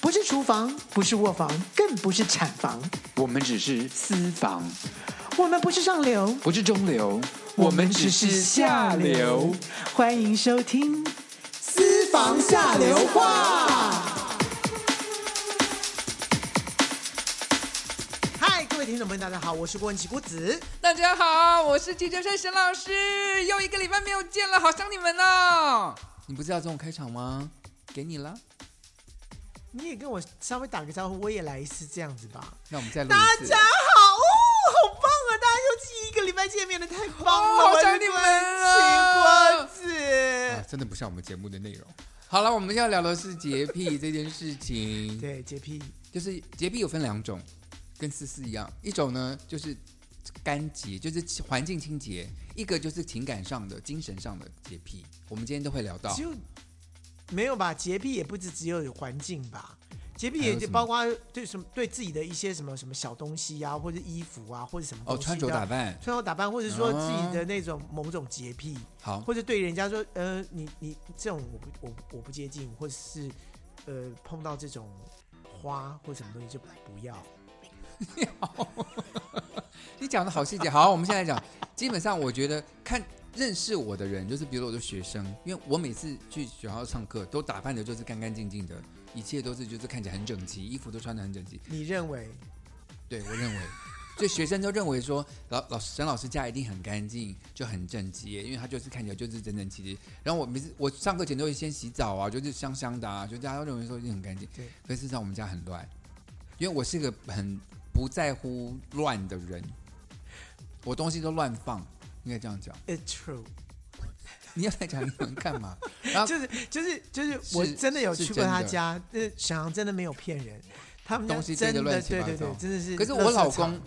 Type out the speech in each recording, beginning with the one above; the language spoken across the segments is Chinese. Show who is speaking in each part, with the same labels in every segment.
Speaker 1: 不是厨房，不是卧房，更不是产房，
Speaker 2: 我们只是私房，
Speaker 1: 我们不是上流，
Speaker 2: 不是中流，我们只是下流。。
Speaker 1: 欢迎收听《私房下流话》。嗨，各位听众朋友，大家好，我是郭文琪郭子。
Speaker 3: 大家好，我是急救生沈老师，又一个礼拜没有见了，好想你们哦！你不知道这种开场吗？给你了，
Speaker 1: 你也跟我稍微打个招呼，我也来一次这样子吧。
Speaker 3: 那我们再录
Speaker 1: 大
Speaker 3: 一次
Speaker 1: 家。好，哦，好棒啊！大家又是一个礼拜见面的，太棒了！
Speaker 3: 哦好想你们啊
Speaker 1: 啊，奇
Speaker 3: 啊
Speaker 1: 子。
Speaker 3: 真的不像我们节目的内容。好了，我们要聊的是洁癖这件事情。
Speaker 1: 对，洁癖，
Speaker 3: 就是洁癖有分两种，跟思思一样，一种呢就是干洁，就是环境清洁；一个就是情感上的、精神上的洁癖。我们今天都会聊到
Speaker 1: 只。有没有吧？洁癖也不止只有有环境吧。洁癖
Speaker 3: 还有
Speaker 1: 也就
Speaker 3: 什么
Speaker 1: 包括对什么对自己的一些什么什么小东西啊，或者衣服啊，或者什么
Speaker 3: 哦，
Speaker 1: 东西
Speaker 3: 穿着
Speaker 1: 的
Speaker 3: 打扮
Speaker 1: 穿着打扮，或者说
Speaker 3: 哦
Speaker 1: 自己的那种某种洁癖，
Speaker 3: 好，
Speaker 1: 或者对人家说呃你你这种我不我我不接近，或者是呃碰到这种花或什么东西就不要。
Speaker 3: 你讲的好细节。好，我们现在讲，基本上我觉得看认识我的人，就是比如我的学生，因为我每次去学校上课都打扮的就是干干净净的，一切都是就是看起来很整齐，衣服都穿的很整齐。
Speaker 1: 你认为
Speaker 3: 对我认为，所以学生都认为说老老沈老师家一定很干净，就很整齐耶，因为他就是看起来就是整整齐齐。然后我每次我上课前都会先洗澡啊，就是香香的啊，就大家都认为说一定很干净。
Speaker 1: 对，
Speaker 3: 可是事实上我们家很乱，因为我是个很不在乎乱的人，我东西都乱放。应该这样讲，
Speaker 1: it's 呃 true？
Speaker 3: 你要来讲你们干嘛？然后
Speaker 1: 就是就是就是，我
Speaker 3: 是
Speaker 1: 真的有
Speaker 3: 是
Speaker 1: 去过他
Speaker 3: 真的
Speaker 1: 家，那沈阳真的没有骗人，他们家
Speaker 3: 东西
Speaker 1: 真
Speaker 3: 堆得
Speaker 1: 的
Speaker 3: 乱七
Speaker 1: 对
Speaker 3: 八
Speaker 1: 对对
Speaker 3: 糟，
Speaker 1: 真的是。
Speaker 3: 可是我老公，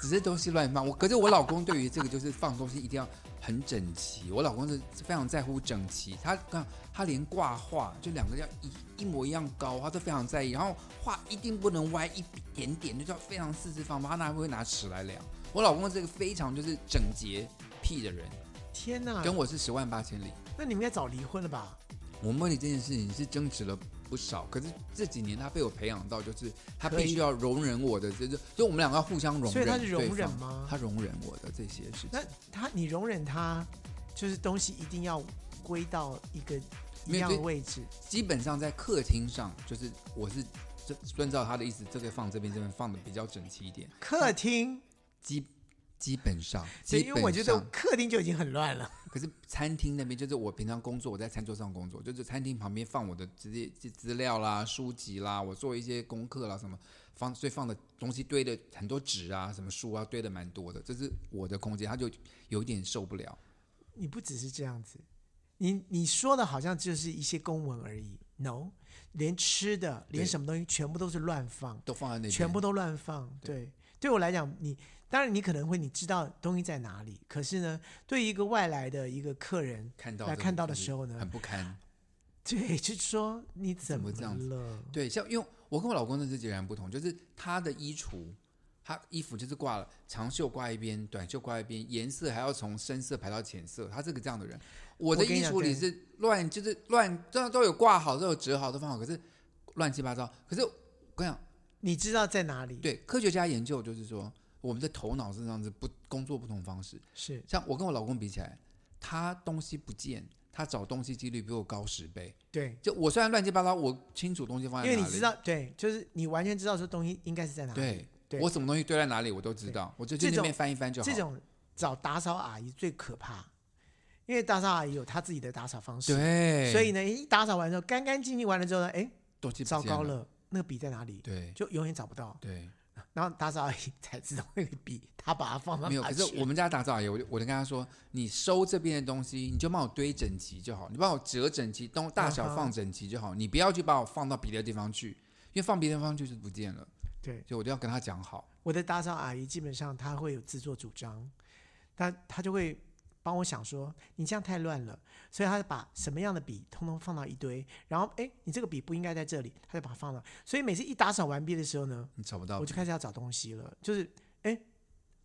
Speaker 3: 只是东西乱放，我可是我老公对于这个就是放东西一定要很整齐，我老公是非常在乎整齐，他看他连挂画就两个要一一模一样高，他都非常在意，然后画一定不能歪一点点，就是要非常四四方方，他拿会拿尺来量。我老公是个非常就是整洁癖的人，
Speaker 1: 天哪！
Speaker 3: 跟我是十万八千里。
Speaker 1: 那你们应该早离婚了吧？
Speaker 3: 我们为了这件事情是争执了不少，可是这几年他被我培养到，就是他
Speaker 1: 可以
Speaker 3: 必须要容忍我的，就是就我们两个要互相容忍，
Speaker 1: 所以他是容
Speaker 3: 对方
Speaker 1: 忍吗
Speaker 3: 他容忍我的这些事情
Speaker 1: 那，他你容忍他，就是东西一定要归到一个一
Speaker 3: 没有
Speaker 1: 样的
Speaker 3: 对
Speaker 1: 位置。
Speaker 3: 基本上在客厅上，就是我是遵遵照他的意思，这个放这边，这边放的比较整齐一点，
Speaker 1: 客厅，
Speaker 3: 基基本上，
Speaker 1: 所以
Speaker 3: 基
Speaker 1: 因
Speaker 3: 本
Speaker 1: 为
Speaker 3: 上，
Speaker 1: 我觉得客厅就已经很乱了。
Speaker 3: 可是餐厅那边就是我平常工作，我在餐桌上工作，就是餐厅旁边放我的直接资资料啦、书籍啦，我做一些功课啦什么，放所以放的东西堆的很多纸啊、什么书啊，堆的蛮多的，这是我的空间，他就有点受不了。
Speaker 1: 你不只是这样子，你你说的好像就是一些公文而已，no，连吃的，连
Speaker 3: 对
Speaker 1: 什么东西全部都是乱放。
Speaker 3: 都放在那边，
Speaker 1: 全部都乱放。对，
Speaker 3: 对
Speaker 1: 对我来讲，你当然你可能会你知道东西在哪里，可是呢，对于一个外来的一个客人，
Speaker 3: 看到
Speaker 1: 来
Speaker 3: 这种
Speaker 1: 看到的
Speaker 3: 就是
Speaker 1: 时候呢
Speaker 3: 很不堪。
Speaker 1: 对，就是说你怎
Speaker 3: 怎
Speaker 1: 么
Speaker 3: 么这样子
Speaker 1: 了？
Speaker 3: 对，像因为我跟我老公真的是截然不同，就是他的衣橱，他衣服就是挂了长袖挂一边，短袖挂一边，颜色还要从深色排到浅色，他是个这样的人。我的
Speaker 1: 我跟你
Speaker 3: 衣
Speaker 1: 讲
Speaker 3: 橱里
Speaker 1: 对
Speaker 3: 是乱，就是乱，都都有挂好，都有折好，都放好，可是乱七八糟。可是我跟你讲，
Speaker 1: 你知道在哪里？，
Speaker 3: 对科学家研究就是说，我们的头脑是这样子，不工作不同方式。
Speaker 1: 是
Speaker 3: 像我跟我老公比起来，他东西不见，他找东西几率比我高十倍。
Speaker 1: 对，
Speaker 3: 就我虽然乱七八糟，我清楚东西放
Speaker 1: 因
Speaker 3: 在哪
Speaker 1: 为
Speaker 3: 里，
Speaker 1: 你知道，对，就是你完全知道说东西应该是在哪里。
Speaker 3: 对，
Speaker 1: 啊对
Speaker 3: 我什么东西堆在哪里我都知道，我就去
Speaker 1: 这
Speaker 3: 那
Speaker 1: 种
Speaker 3: 边翻一翻就好。
Speaker 1: 这种找打扫阿姨最可怕，因为打扫阿姨有她自己的打扫方式，
Speaker 3: 对，
Speaker 1: 所以呢，一打扫完之后，干干净净完了之后呢，哎，
Speaker 3: 东西不
Speaker 1: 糟
Speaker 3: 见
Speaker 1: 糕
Speaker 3: 了，
Speaker 1: 了，那个笔在哪里？
Speaker 3: 对
Speaker 1: 就永远找不到。
Speaker 3: 对，
Speaker 1: 然后打扫阿姨才知道那个笔，她把它放到
Speaker 3: 没有。
Speaker 1: 哪
Speaker 3: 可是
Speaker 1: 去
Speaker 3: 我们家打扫阿姨，我就我就跟她说，你收这边的东西，你就帮我堆整齐就好，你帮我折整齐，东大
Speaker 1: 啊哈
Speaker 3: 小放整齐就好，你不要去把我放到别的地方去，因为放别的地方去就是不见了，
Speaker 1: 对
Speaker 3: 所以我就要跟她讲好。
Speaker 1: 我的打扫阿姨，基本上她会有自作主张，她她就会帮我想说，你这样太乱了，所以她把什么样的笔通通放到一堆，然后哎，你这个笔不应该在这里，她就把它放到。所以每次一打扫完毕的时候呢，
Speaker 3: 你找不到
Speaker 1: 我，就开始要找东西了，就是哎，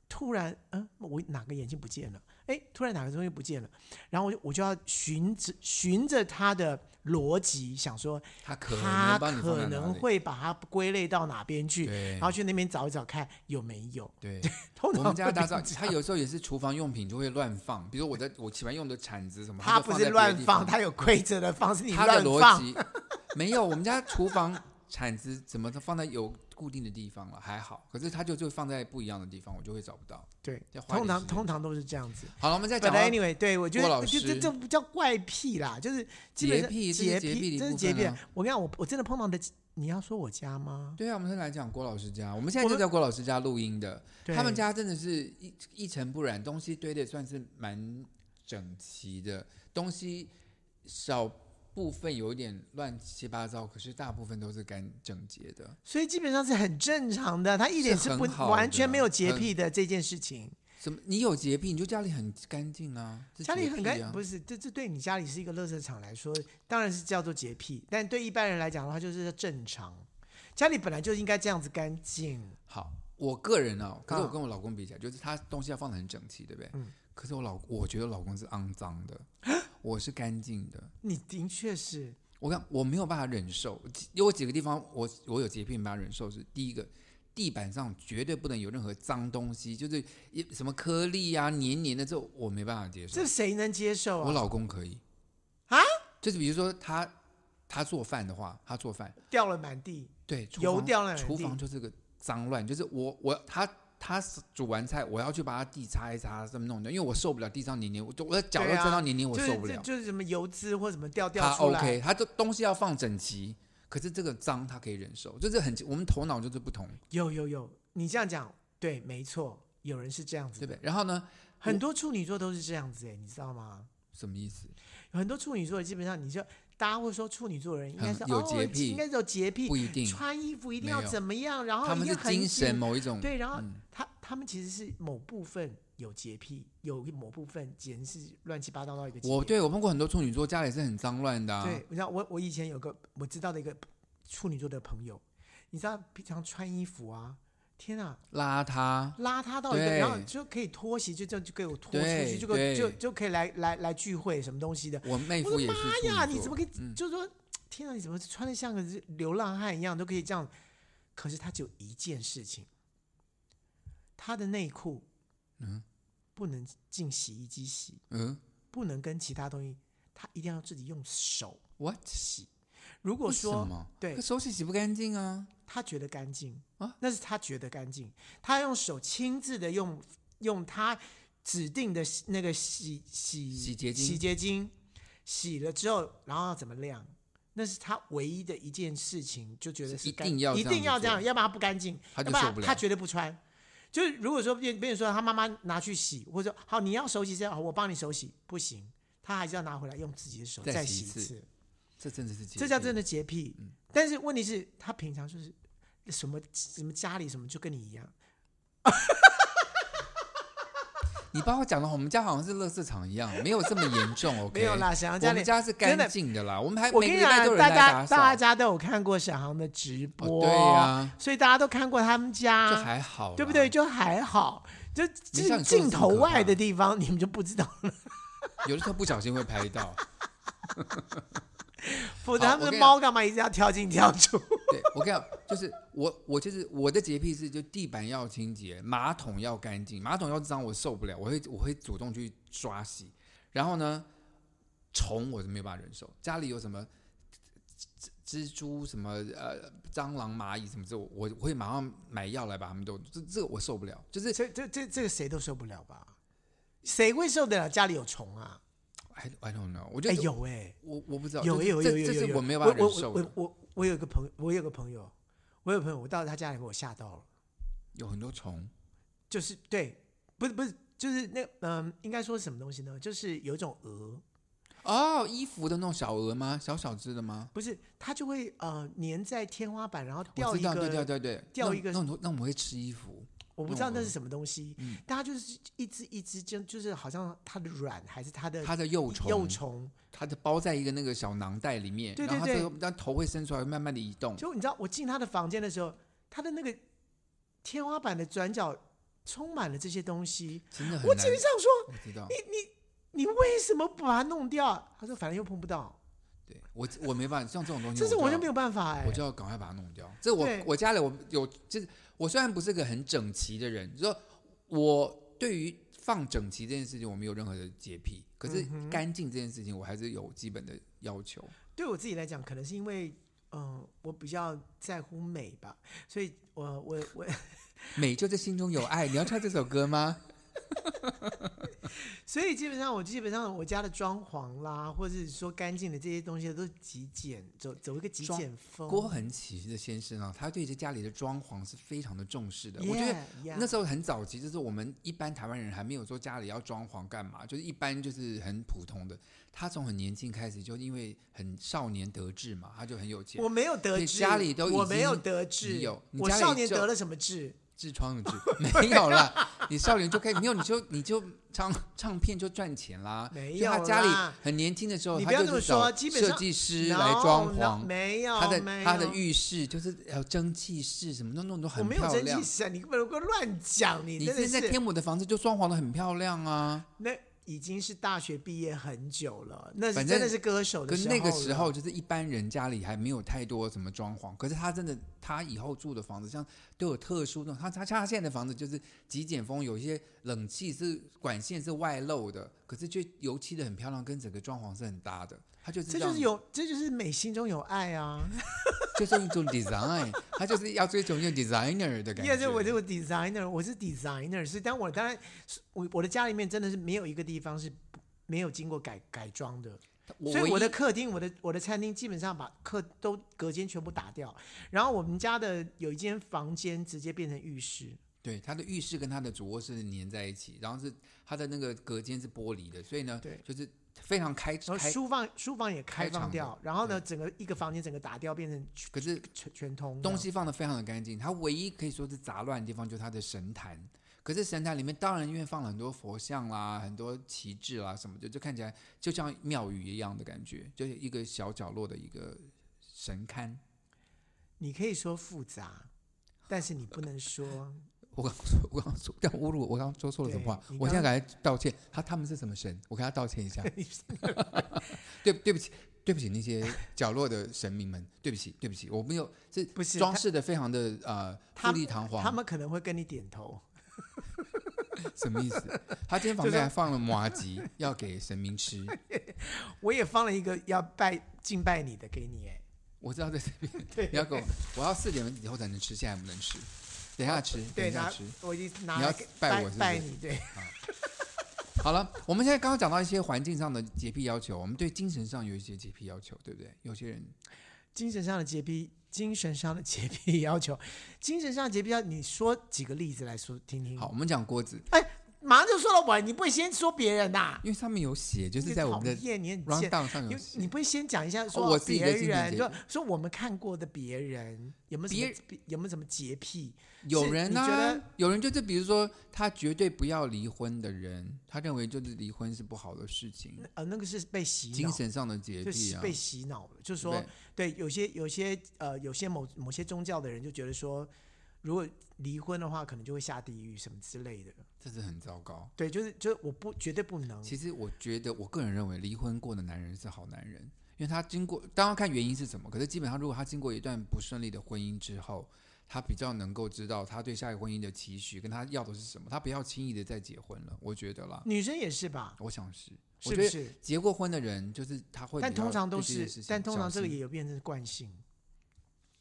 Speaker 1: 突然，嗯，我哪个眼睛不见了？哎，突然哪个东西不见了？然后我就我就要循着循着他的逻辑，想说
Speaker 3: 他可
Speaker 1: 他
Speaker 3: 能帮你放
Speaker 1: 可
Speaker 3: 在哪
Speaker 1: 能
Speaker 3: 里
Speaker 1: 会把它归类到哪边去，
Speaker 3: 对
Speaker 1: 然后去那边找一找看有没有。
Speaker 3: 对，
Speaker 1: 通
Speaker 3: 我
Speaker 1: 常
Speaker 3: 们家
Speaker 1: 会
Speaker 3: 打
Speaker 1: 变
Speaker 3: 扫，
Speaker 1: 这
Speaker 3: 他
Speaker 1: 样
Speaker 3: 有时候也是厨房用品就会乱放，比如我在我喜欢用的铲子什么，
Speaker 1: 他
Speaker 3: 就
Speaker 1: 不
Speaker 3: 在
Speaker 1: 是
Speaker 3: 别的
Speaker 1: 乱
Speaker 3: 地
Speaker 1: 放，
Speaker 3: 方
Speaker 1: 他有规则的放，是你
Speaker 3: 他的
Speaker 1: 乱
Speaker 3: 逻
Speaker 1: 放。
Speaker 3: 辑没有，我们家厨房铲子怎么都放在有固定的地方了，还好。可是它就就放在不一样的地方，我就会找不到。
Speaker 1: 对
Speaker 3: 要，花一
Speaker 1: 通
Speaker 3: 点
Speaker 1: 常
Speaker 3: 时间
Speaker 1: 通常都是这样子。
Speaker 3: 好了，我们再讲
Speaker 1: But
Speaker 3: 到
Speaker 1: anyway，对我觉
Speaker 3: 郭老
Speaker 1: 得就这
Speaker 3: 师
Speaker 1: 这不叫怪癖啦，就是基本
Speaker 3: 洁
Speaker 1: 上
Speaker 3: 癖，这
Speaker 1: 洁
Speaker 3: 是洁癖
Speaker 1: 癖，
Speaker 3: 的
Speaker 1: 真
Speaker 3: 一
Speaker 1: 是
Speaker 3: 部
Speaker 1: 洁
Speaker 3: 分
Speaker 1: 癖
Speaker 3: 啊。。
Speaker 1: 我跟你讲，我我真的碰到的，你要说我家吗？
Speaker 3: 对啊，我们是来讲郭老师家，我们现在
Speaker 1: 我
Speaker 3: 就
Speaker 1: 们
Speaker 3: 在郭老师家录音的。
Speaker 1: 对
Speaker 3: 他们家真的是一一尘不染，东西堆的算是蛮整齐的，东西少部分有一点乱七八糟，哦可是大部分都是干整洁的。
Speaker 1: 所以基本上是很正常的，他一点
Speaker 3: 是
Speaker 1: 是不
Speaker 3: 很好
Speaker 1: 完
Speaker 3: 的
Speaker 1: 全没有洁
Speaker 3: 很
Speaker 1: 癖的这件事情。
Speaker 3: 什么？你有洁癖，你就家里很干净啊，这
Speaker 1: 家里
Speaker 3: 洁
Speaker 1: 很
Speaker 3: 癖
Speaker 1: 干，
Speaker 3: 啊
Speaker 1: 不是这这对你家里是一个垃圾场来说，当然是叫做洁癖，但对一般人来讲的话，就是正常。家里本来就应该这样子干净，
Speaker 3: 好，我个人啊，可是我
Speaker 1: 嗯
Speaker 3: 跟我老公比起来，就是他东西要放的很整齐，对不对？
Speaker 1: 嗯
Speaker 3: 可是我老，我觉得老公是肮脏的，我是干净的。
Speaker 1: 你的确是
Speaker 3: 我看我没有办法忍受，几有几个地方我我有洁癖没办法忍受是第一个，地板上绝对不能有任何脏东西，就是一什么颗粒啊、黏黏的，这我没办法接受
Speaker 1: 这。谁能接受
Speaker 3: 我
Speaker 1: 啊？
Speaker 3: 老公可以
Speaker 1: 啊，
Speaker 3: 就是比如说他他做饭的话，他做饭
Speaker 1: 掉了满地，
Speaker 3: 对，厨
Speaker 1: 油
Speaker 3: 房
Speaker 1: 掉了满
Speaker 3: 厨房
Speaker 1: 地
Speaker 3: 就是个脏乱，就是我我他他煮完菜，我要去把他地擦一擦，这么弄的，因为我受不了地上黏黏，我就我的脚都
Speaker 1: 对啊
Speaker 3: 沾到黏黏，我
Speaker 1: 就
Speaker 3: 受
Speaker 1: 是
Speaker 3: 不
Speaker 1: 就
Speaker 3: 了。
Speaker 1: 就是什么油脂或什么掉掉
Speaker 3: 他
Speaker 1: 出来。
Speaker 3: OK，他的东西要放整齐，可是这个脏他可以忍受，就是很我们头脑就是不同，
Speaker 1: 有有有，你这样讲对，没错，有人是这样子
Speaker 3: 对
Speaker 1: 的，
Speaker 3: 不对？然后呢，
Speaker 1: 很多处女座都是这样子哎，你知道吗？
Speaker 3: 什么意思？
Speaker 1: 有很多处女座基本上你就大家会说处女座的人应该
Speaker 3: 很
Speaker 1: 是
Speaker 3: 有
Speaker 1: 哦
Speaker 3: 洁癖
Speaker 1: 应该是有洁癖，
Speaker 3: 不一定，
Speaker 1: 穿衣服一定
Speaker 3: 没
Speaker 1: 要
Speaker 3: 有
Speaker 1: 怎么样，然后
Speaker 3: 他
Speaker 1: 一定
Speaker 3: 们是
Speaker 1: 要很
Speaker 3: 精神
Speaker 1: 紧
Speaker 3: 某一种
Speaker 1: 对，然后
Speaker 3: 嗯
Speaker 1: 他他们其实是某部分有洁癖，有某部分简直是乱七八糟到一个极
Speaker 3: 我
Speaker 1: 点。
Speaker 3: 对我碰过很多处女座，家里是很脏乱的、啊，
Speaker 1: 对，你知道我我以前有个我知道的一个处女座的朋友，你知道平常穿衣服啊，天啊，
Speaker 3: 邋遢，
Speaker 1: 邋遢到一个，然后
Speaker 3: 对
Speaker 1: 就可以脱鞋，就这样就给我拖出
Speaker 3: 对
Speaker 1: 去，就给我就
Speaker 3: 对
Speaker 1: 就可以来来来聚会什么东西的。
Speaker 3: 我妹
Speaker 1: 我
Speaker 3: 夫
Speaker 1: 的
Speaker 3: 也是
Speaker 1: 妈
Speaker 3: 处女
Speaker 1: 哎呀，
Speaker 3: 座
Speaker 1: 你怎么可以
Speaker 3: 嗯
Speaker 1: 就是说，天啊，你怎么穿的像个流浪汉一样，都可以这样？可是他只有一件事情，他的内裤
Speaker 3: 嗯
Speaker 1: 不能进洗衣机洗，
Speaker 3: 嗯
Speaker 1: 不能跟其他东西，他一定要自己用手
Speaker 3: ，what？
Speaker 1: 洗。如果
Speaker 3: 为什
Speaker 1: 说
Speaker 3: 么
Speaker 1: 对
Speaker 3: 可手洗洗不干净啊，
Speaker 1: 他觉得干净
Speaker 3: 啊
Speaker 1: 那是他觉得干净，他用手亲自的用用他指定的洗那个洗洗
Speaker 3: 洗洁精
Speaker 1: 洗洁精洗了之后，然后要怎么晾？那是他唯一的一件事情，就觉得是
Speaker 3: 一
Speaker 1: 干
Speaker 3: 定要
Speaker 1: 一
Speaker 3: 这样
Speaker 1: 定要
Speaker 3: 子
Speaker 1: 这样，
Speaker 3: 做
Speaker 1: 要不然他不干净，
Speaker 3: 他
Speaker 1: 要
Speaker 3: 就
Speaker 1: 不
Speaker 3: 受
Speaker 1: 然
Speaker 3: 不
Speaker 1: 他
Speaker 3: 了。
Speaker 1: 绝对不穿。就是如果说别别人说他妈妈拿去洗，或者说好你要手洗这样，哦好我帮你手洗，不行，他还是要拿回来用自己的手
Speaker 3: 再
Speaker 1: 再
Speaker 3: 洗
Speaker 1: 洗
Speaker 3: 一
Speaker 1: 一
Speaker 3: 次
Speaker 1: 次。
Speaker 3: 这真的是洁
Speaker 1: 这叫
Speaker 3: 癖
Speaker 1: 真的洁癖。
Speaker 3: 嗯
Speaker 1: 但是问题是，他平常就是什么什么家里什么就跟你一样，
Speaker 3: 你把我讲的，我们家好像是垃圾场一样，没有这么严 重。OK，
Speaker 1: 没有啦，沈阳
Speaker 3: 我
Speaker 1: 家
Speaker 3: 们
Speaker 1: 里。
Speaker 3: 家是
Speaker 1: 真的
Speaker 3: 干净的啦，我们还
Speaker 1: 我
Speaker 3: 哎每
Speaker 1: 跟你
Speaker 3: 个礼拜都有
Speaker 1: 讲，啊大
Speaker 3: 人来
Speaker 1: 家
Speaker 3: 打扫。
Speaker 1: 大家都有看过沈航的直
Speaker 3: 哦
Speaker 1: 播，
Speaker 3: 对呀，
Speaker 1: 所以大家都看过他们
Speaker 3: 就
Speaker 1: 家，
Speaker 3: 还好啦，
Speaker 1: 对不对？就还好，就
Speaker 3: 没
Speaker 1: 镜
Speaker 3: 像你说的
Speaker 1: 镜
Speaker 3: 这么
Speaker 1: 头
Speaker 3: 可怕
Speaker 1: 外的地方你们就不知 道，
Speaker 3: 有的时候不小心会拍到。
Speaker 1: 否则他们
Speaker 3: 我
Speaker 1: 的
Speaker 3: 跟你
Speaker 1: 猫干嘛一直要跳进跳 出？
Speaker 3: 对我跟你讲，就是我我就是我的洁癖是，就地板要清洁，马桶要干净，马桶要脏我受不了，我会我会主动去刷洗。然后呢，虫我是没有办法忍受，家里有什么蜘蜘蛛什么呃蟑螂蚂蚁什么之后，我我会马上买药来把它们都这这个我受不了，就是
Speaker 1: 这这这这个谁都受不了吧？谁会受得了家里有虫啊？
Speaker 3: I I don't know，我就
Speaker 1: 哎
Speaker 3: 是、
Speaker 1: 有哎、
Speaker 3: 我我不知道，
Speaker 1: 有
Speaker 3: 就是
Speaker 1: 有
Speaker 3: 这
Speaker 1: 有有
Speaker 3: 这
Speaker 1: 有
Speaker 3: 是
Speaker 1: 有
Speaker 3: 我没有办法
Speaker 1: 我
Speaker 3: 忍
Speaker 1: 我
Speaker 3: 受
Speaker 1: 我
Speaker 3: 的，
Speaker 1: 我我有个朋友，我有个朋友，我有个朋友，我到他家里，我吓到了，
Speaker 3: 有很多虫，
Speaker 1: 就是对，不是不是，就是那嗯、应该说什么东西呢？就是有一种蛾，
Speaker 3: 哦，衣服的那种小蛾吗？小小只的吗？
Speaker 1: 不是它就会呃粘在天花板，然后掉
Speaker 3: 我
Speaker 1: 一
Speaker 3: 知道，
Speaker 1: 个，
Speaker 3: 对对对对，
Speaker 1: 掉
Speaker 3: 那
Speaker 1: 一个
Speaker 3: 那我那我会吃衣服，
Speaker 1: 我不知道那
Speaker 3: 那种
Speaker 1: 是
Speaker 3: 蛾
Speaker 1: 什么东西，
Speaker 3: 嗯
Speaker 1: 但它就是一只一只，就就是好像它的卵还是它的
Speaker 3: 它的幼虫，
Speaker 1: 呃幼，虫，
Speaker 3: 它的包在一个那个小囊袋里面，
Speaker 1: 对
Speaker 3: 然后它
Speaker 1: 对对
Speaker 3: 这个它头会伸出来，慢慢的移动，
Speaker 1: 就你知道，我进他的房间的时候，他的那个天花板的转角充满了这些东西。
Speaker 3: 真的很难。
Speaker 1: 我只能这样说，
Speaker 3: 我知道，
Speaker 1: 你为什么不把它弄掉？他说反正又碰不到，
Speaker 3: 对我我没办法，像这种东西，
Speaker 1: 这是
Speaker 3: 我
Speaker 1: 我
Speaker 3: 要
Speaker 1: 就没有办法哎、
Speaker 3: 我就要赶快把它弄掉。这我
Speaker 1: 对
Speaker 3: 我家里我有，就是我虽然不是个很整齐的人，就是说我对于放整齐这件事情我没有任何的洁癖，可是
Speaker 1: 嗯哼
Speaker 3: 干净这件事情我还是有基本的要求。
Speaker 1: 对我自己来讲，可能是因为嗯、我比较在乎美吧，所以我我我，
Speaker 3: 美就在心中有爱，你要唱这首歌吗？
Speaker 1: 所以基本上我基本上我家的装潢啦，或者是说干净的这些东西都极简，走走一个极
Speaker 3: 装
Speaker 1: 简风。
Speaker 3: 郭恒奇的先生啊，他对这家里的装潢是非常的重视的。我觉得
Speaker 1: Yeah, yeah
Speaker 3: 那时候很早期，就是我们一般台湾人还没有说家里要装潢干嘛，就是一般就是很普通的。他从很年轻开始，就因为很少年得志嘛，他就很有钱
Speaker 1: 我。没有得
Speaker 3: 你
Speaker 1: 志，
Speaker 3: 家里都已
Speaker 1: 我没有
Speaker 3: 经
Speaker 1: 得志，
Speaker 3: 有你
Speaker 1: 我
Speaker 3: 家里
Speaker 1: 少年
Speaker 3: 就
Speaker 1: 得了什么志？
Speaker 3: 痔疮的痔没有啦，你少年就可以没有，你就你就唱唱片就赚钱啦。
Speaker 1: 没
Speaker 3: 所以他
Speaker 1: 有
Speaker 3: 家
Speaker 1: 啦
Speaker 3: 里很年轻的时候，
Speaker 1: 你
Speaker 3: 他
Speaker 1: 不要
Speaker 3: 就
Speaker 1: 这么
Speaker 3: 是找
Speaker 1: 说基本
Speaker 3: 设
Speaker 1: 上
Speaker 3: 计师
Speaker 1: No,
Speaker 3: 来装
Speaker 1: no,
Speaker 3: 潢。
Speaker 1: 没有
Speaker 3: 他的
Speaker 1: 没
Speaker 3: 他的
Speaker 1: 有
Speaker 3: 浴室就是还有蒸汽室什么那种都
Speaker 1: 我
Speaker 3: 很
Speaker 1: 没有
Speaker 3: 漂
Speaker 1: 真
Speaker 3: 亮
Speaker 1: 气。死啊！你不能够乱讲，你
Speaker 3: 你
Speaker 1: 真的
Speaker 3: 现在
Speaker 1: 是
Speaker 3: 天母的房子就装潢的很漂亮啊，
Speaker 1: 那已经是大学毕业很久了，那是
Speaker 3: 反
Speaker 1: 真的
Speaker 3: 正
Speaker 1: 是歌手的
Speaker 3: 可
Speaker 1: 时
Speaker 3: 是
Speaker 1: 候
Speaker 3: 那个时
Speaker 1: 了
Speaker 3: 候就是一般人家里还没有太多什么装潢，可是他真的他以后住的房子像都有特殊那种，他他他现在的房子就是极简风，有一些冷气是管线是外露的，可是却油漆的很漂亮，跟整个装潢是很搭的，他就是
Speaker 1: 这就
Speaker 3: 让
Speaker 1: 是
Speaker 3: 你
Speaker 1: 有，这就是美心中有爱啊！
Speaker 3: 就是一种 design，他 就是要追求一个 designer 的感
Speaker 1: 因为
Speaker 3: 觉。
Speaker 1: 这我这个 designer，我是 designer，所以当我当然我我的家里面真的是没有一个地方是不没有经过改改装的，
Speaker 3: 我
Speaker 1: 所以我
Speaker 3: 唯一
Speaker 1: 的客厅、我的我的餐厅基本上把客都隔间全部打掉，然后我们家的有一间房间直接变成浴室，
Speaker 3: 对，它的浴室跟它的主卧室是粘在一起，然后是它的那个隔间是玻璃的，所以呢，
Speaker 1: 对
Speaker 3: 就是非常开
Speaker 1: 然后
Speaker 3: 开，
Speaker 1: 书房书房也开
Speaker 3: 开
Speaker 1: 放
Speaker 3: 场
Speaker 1: 掉
Speaker 3: 的，
Speaker 1: 然后呢，整个一个房间整个打掉变成
Speaker 3: 可是
Speaker 1: 全全通这
Speaker 3: 东
Speaker 1: 样
Speaker 3: 西放的非常的干净。它唯一可以说是杂乱的地方就是它的神坛，可是神坛里面当然因为放了很多佛像啦、很多旗帜啦什么的，就看起来就像庙宇一样的感觉，就是一个小角落的一个神龛。
Speaker 1: 你可以说复杂，但是你不能 说
Speaker 3: 我刚说，我刚说，刚侮辱我刚刚说错了什么话
Speaker 1: 对你？
Speaker 3: 我
Speaker 1: 刚
Speaker 3: 现在赶快道歉。他他们是什么神？我跟他道 歉一下。对对不起，对不起那些角落的神明们，对不起，对不起，我没有是
Speaker 1: 不是
Speaker 3: 装
Speaker 1: 他
Speaker 3: 饰的非常的呃
Speaker 1: 他
Speaker 3: 富丽堂皇，
Speaker 1: 他们可能会跟你点头。
Speaker 3: 什么意思？ 他今天房
Speaker 1: 就是
Speaker 3: 间还放了麻吉，要给神 明吃。
Speaker 1: 我也放了一个要拜敬拜你的给你，哎，
Speaker 3: 我知道在这边，你要给我，我要四点以后才能吃，现在不能吃，等一下吃，等
Speaker 1: 对，
Speaker 3: 一下
Speaker 1: 拿
Speaker 3: 吃。
Speaker 1: 我已经拿
Speaker 3: 你要
Speaker 1: 来给
Speaker 3: 拜
Speaker 1: 拜
Speaker 3: 我是不是
Speaker 1: 拜你，对，
Speaker 3: 好了，我们现在刚刚讲到一些环境上的洁癖要求，我们对精神上有一些洁癖要求，对不对？有些人
Speaker 1: 精神上的洁癖，精神上的洁癖要求，精神上的洁癖要你说几个例子来说听听。
Speaker 3: 好，我，们讲锅子，
Speaker 1: 马上就说了我，你不会先说别人呐、
Speaker 3: 因为上面有写，就是
Speaker 1: 你
Speaker 3: 在我们
Speaker 1: 讨
Speaker 3: 的
Speaker 1: 厌你很贱
Speaker 3: round。down 上
Speaker 1: 你
Speaker 3: 有写
Speaker 1: 你。不会先讲一下
Speaker 3: 哦我
Speaker 1: 说
Speaker 3: 自己
Speaker 1: 别
Speaker 3: 的精神
Speaker 1: 人，
Speaker 3: 洁
Speaker 1: 就说我们看过的别人有没有什么有没有什么洁癖？
Speaker 3: 有
Speaker 1: 是
Speaker 3: 人
Speaker 1: 你
Speaker 3: 呢、
Speaker 1: 觉得
Speaker 3: 有人就是比如说他绝对不要离婚的人，他认为就是离婚是不好的事情，
Speaker 1: 呃，那个是被洗脑，
Speaker 3: 精神上的洁
Speaker 1: 就
Speaker 3: 癖
Speaker 1: 洗
Speaker 3: 啊
Speaker 1: 被。洗脑了，就是说
Speaker 3: 对，
Speaker 1: 对，有些有些呃，有些某某些宗教的人就觉得说，如果离婚的话，可能就会下地狱什么之类的。
Speaker 3: 这是很糟糕。
Speaker 1: 对，就是就是我不绝对不能，
Speaker 3: 其实我觉得，我个人认为，离婚过的男人是好男人，因为他经过，当然看原因是什么，可是基本上，如果他经过一段不顺利的婚姻之后，他比较能够知道他对下一个婚姻的期许，跟他要的是什么，他不要轻易的再结婚了，我觉得啦，
Speaker 1: 女生也是吧？
Speaker 3: 我想是，
Speaker 1: 是
Speaker 3: 我觉
Speaker 1: 不
Speaker 3: 得
Speaker 1: 是？
Speaker 3: 结过婚的人就是他会比较对
Speaker 1: 但
Speaker 3: 这件事情
Speaker 1: 通常都
Speaker 3: 小心，
Speaker 1: 是，但通常这个也有变成惯性，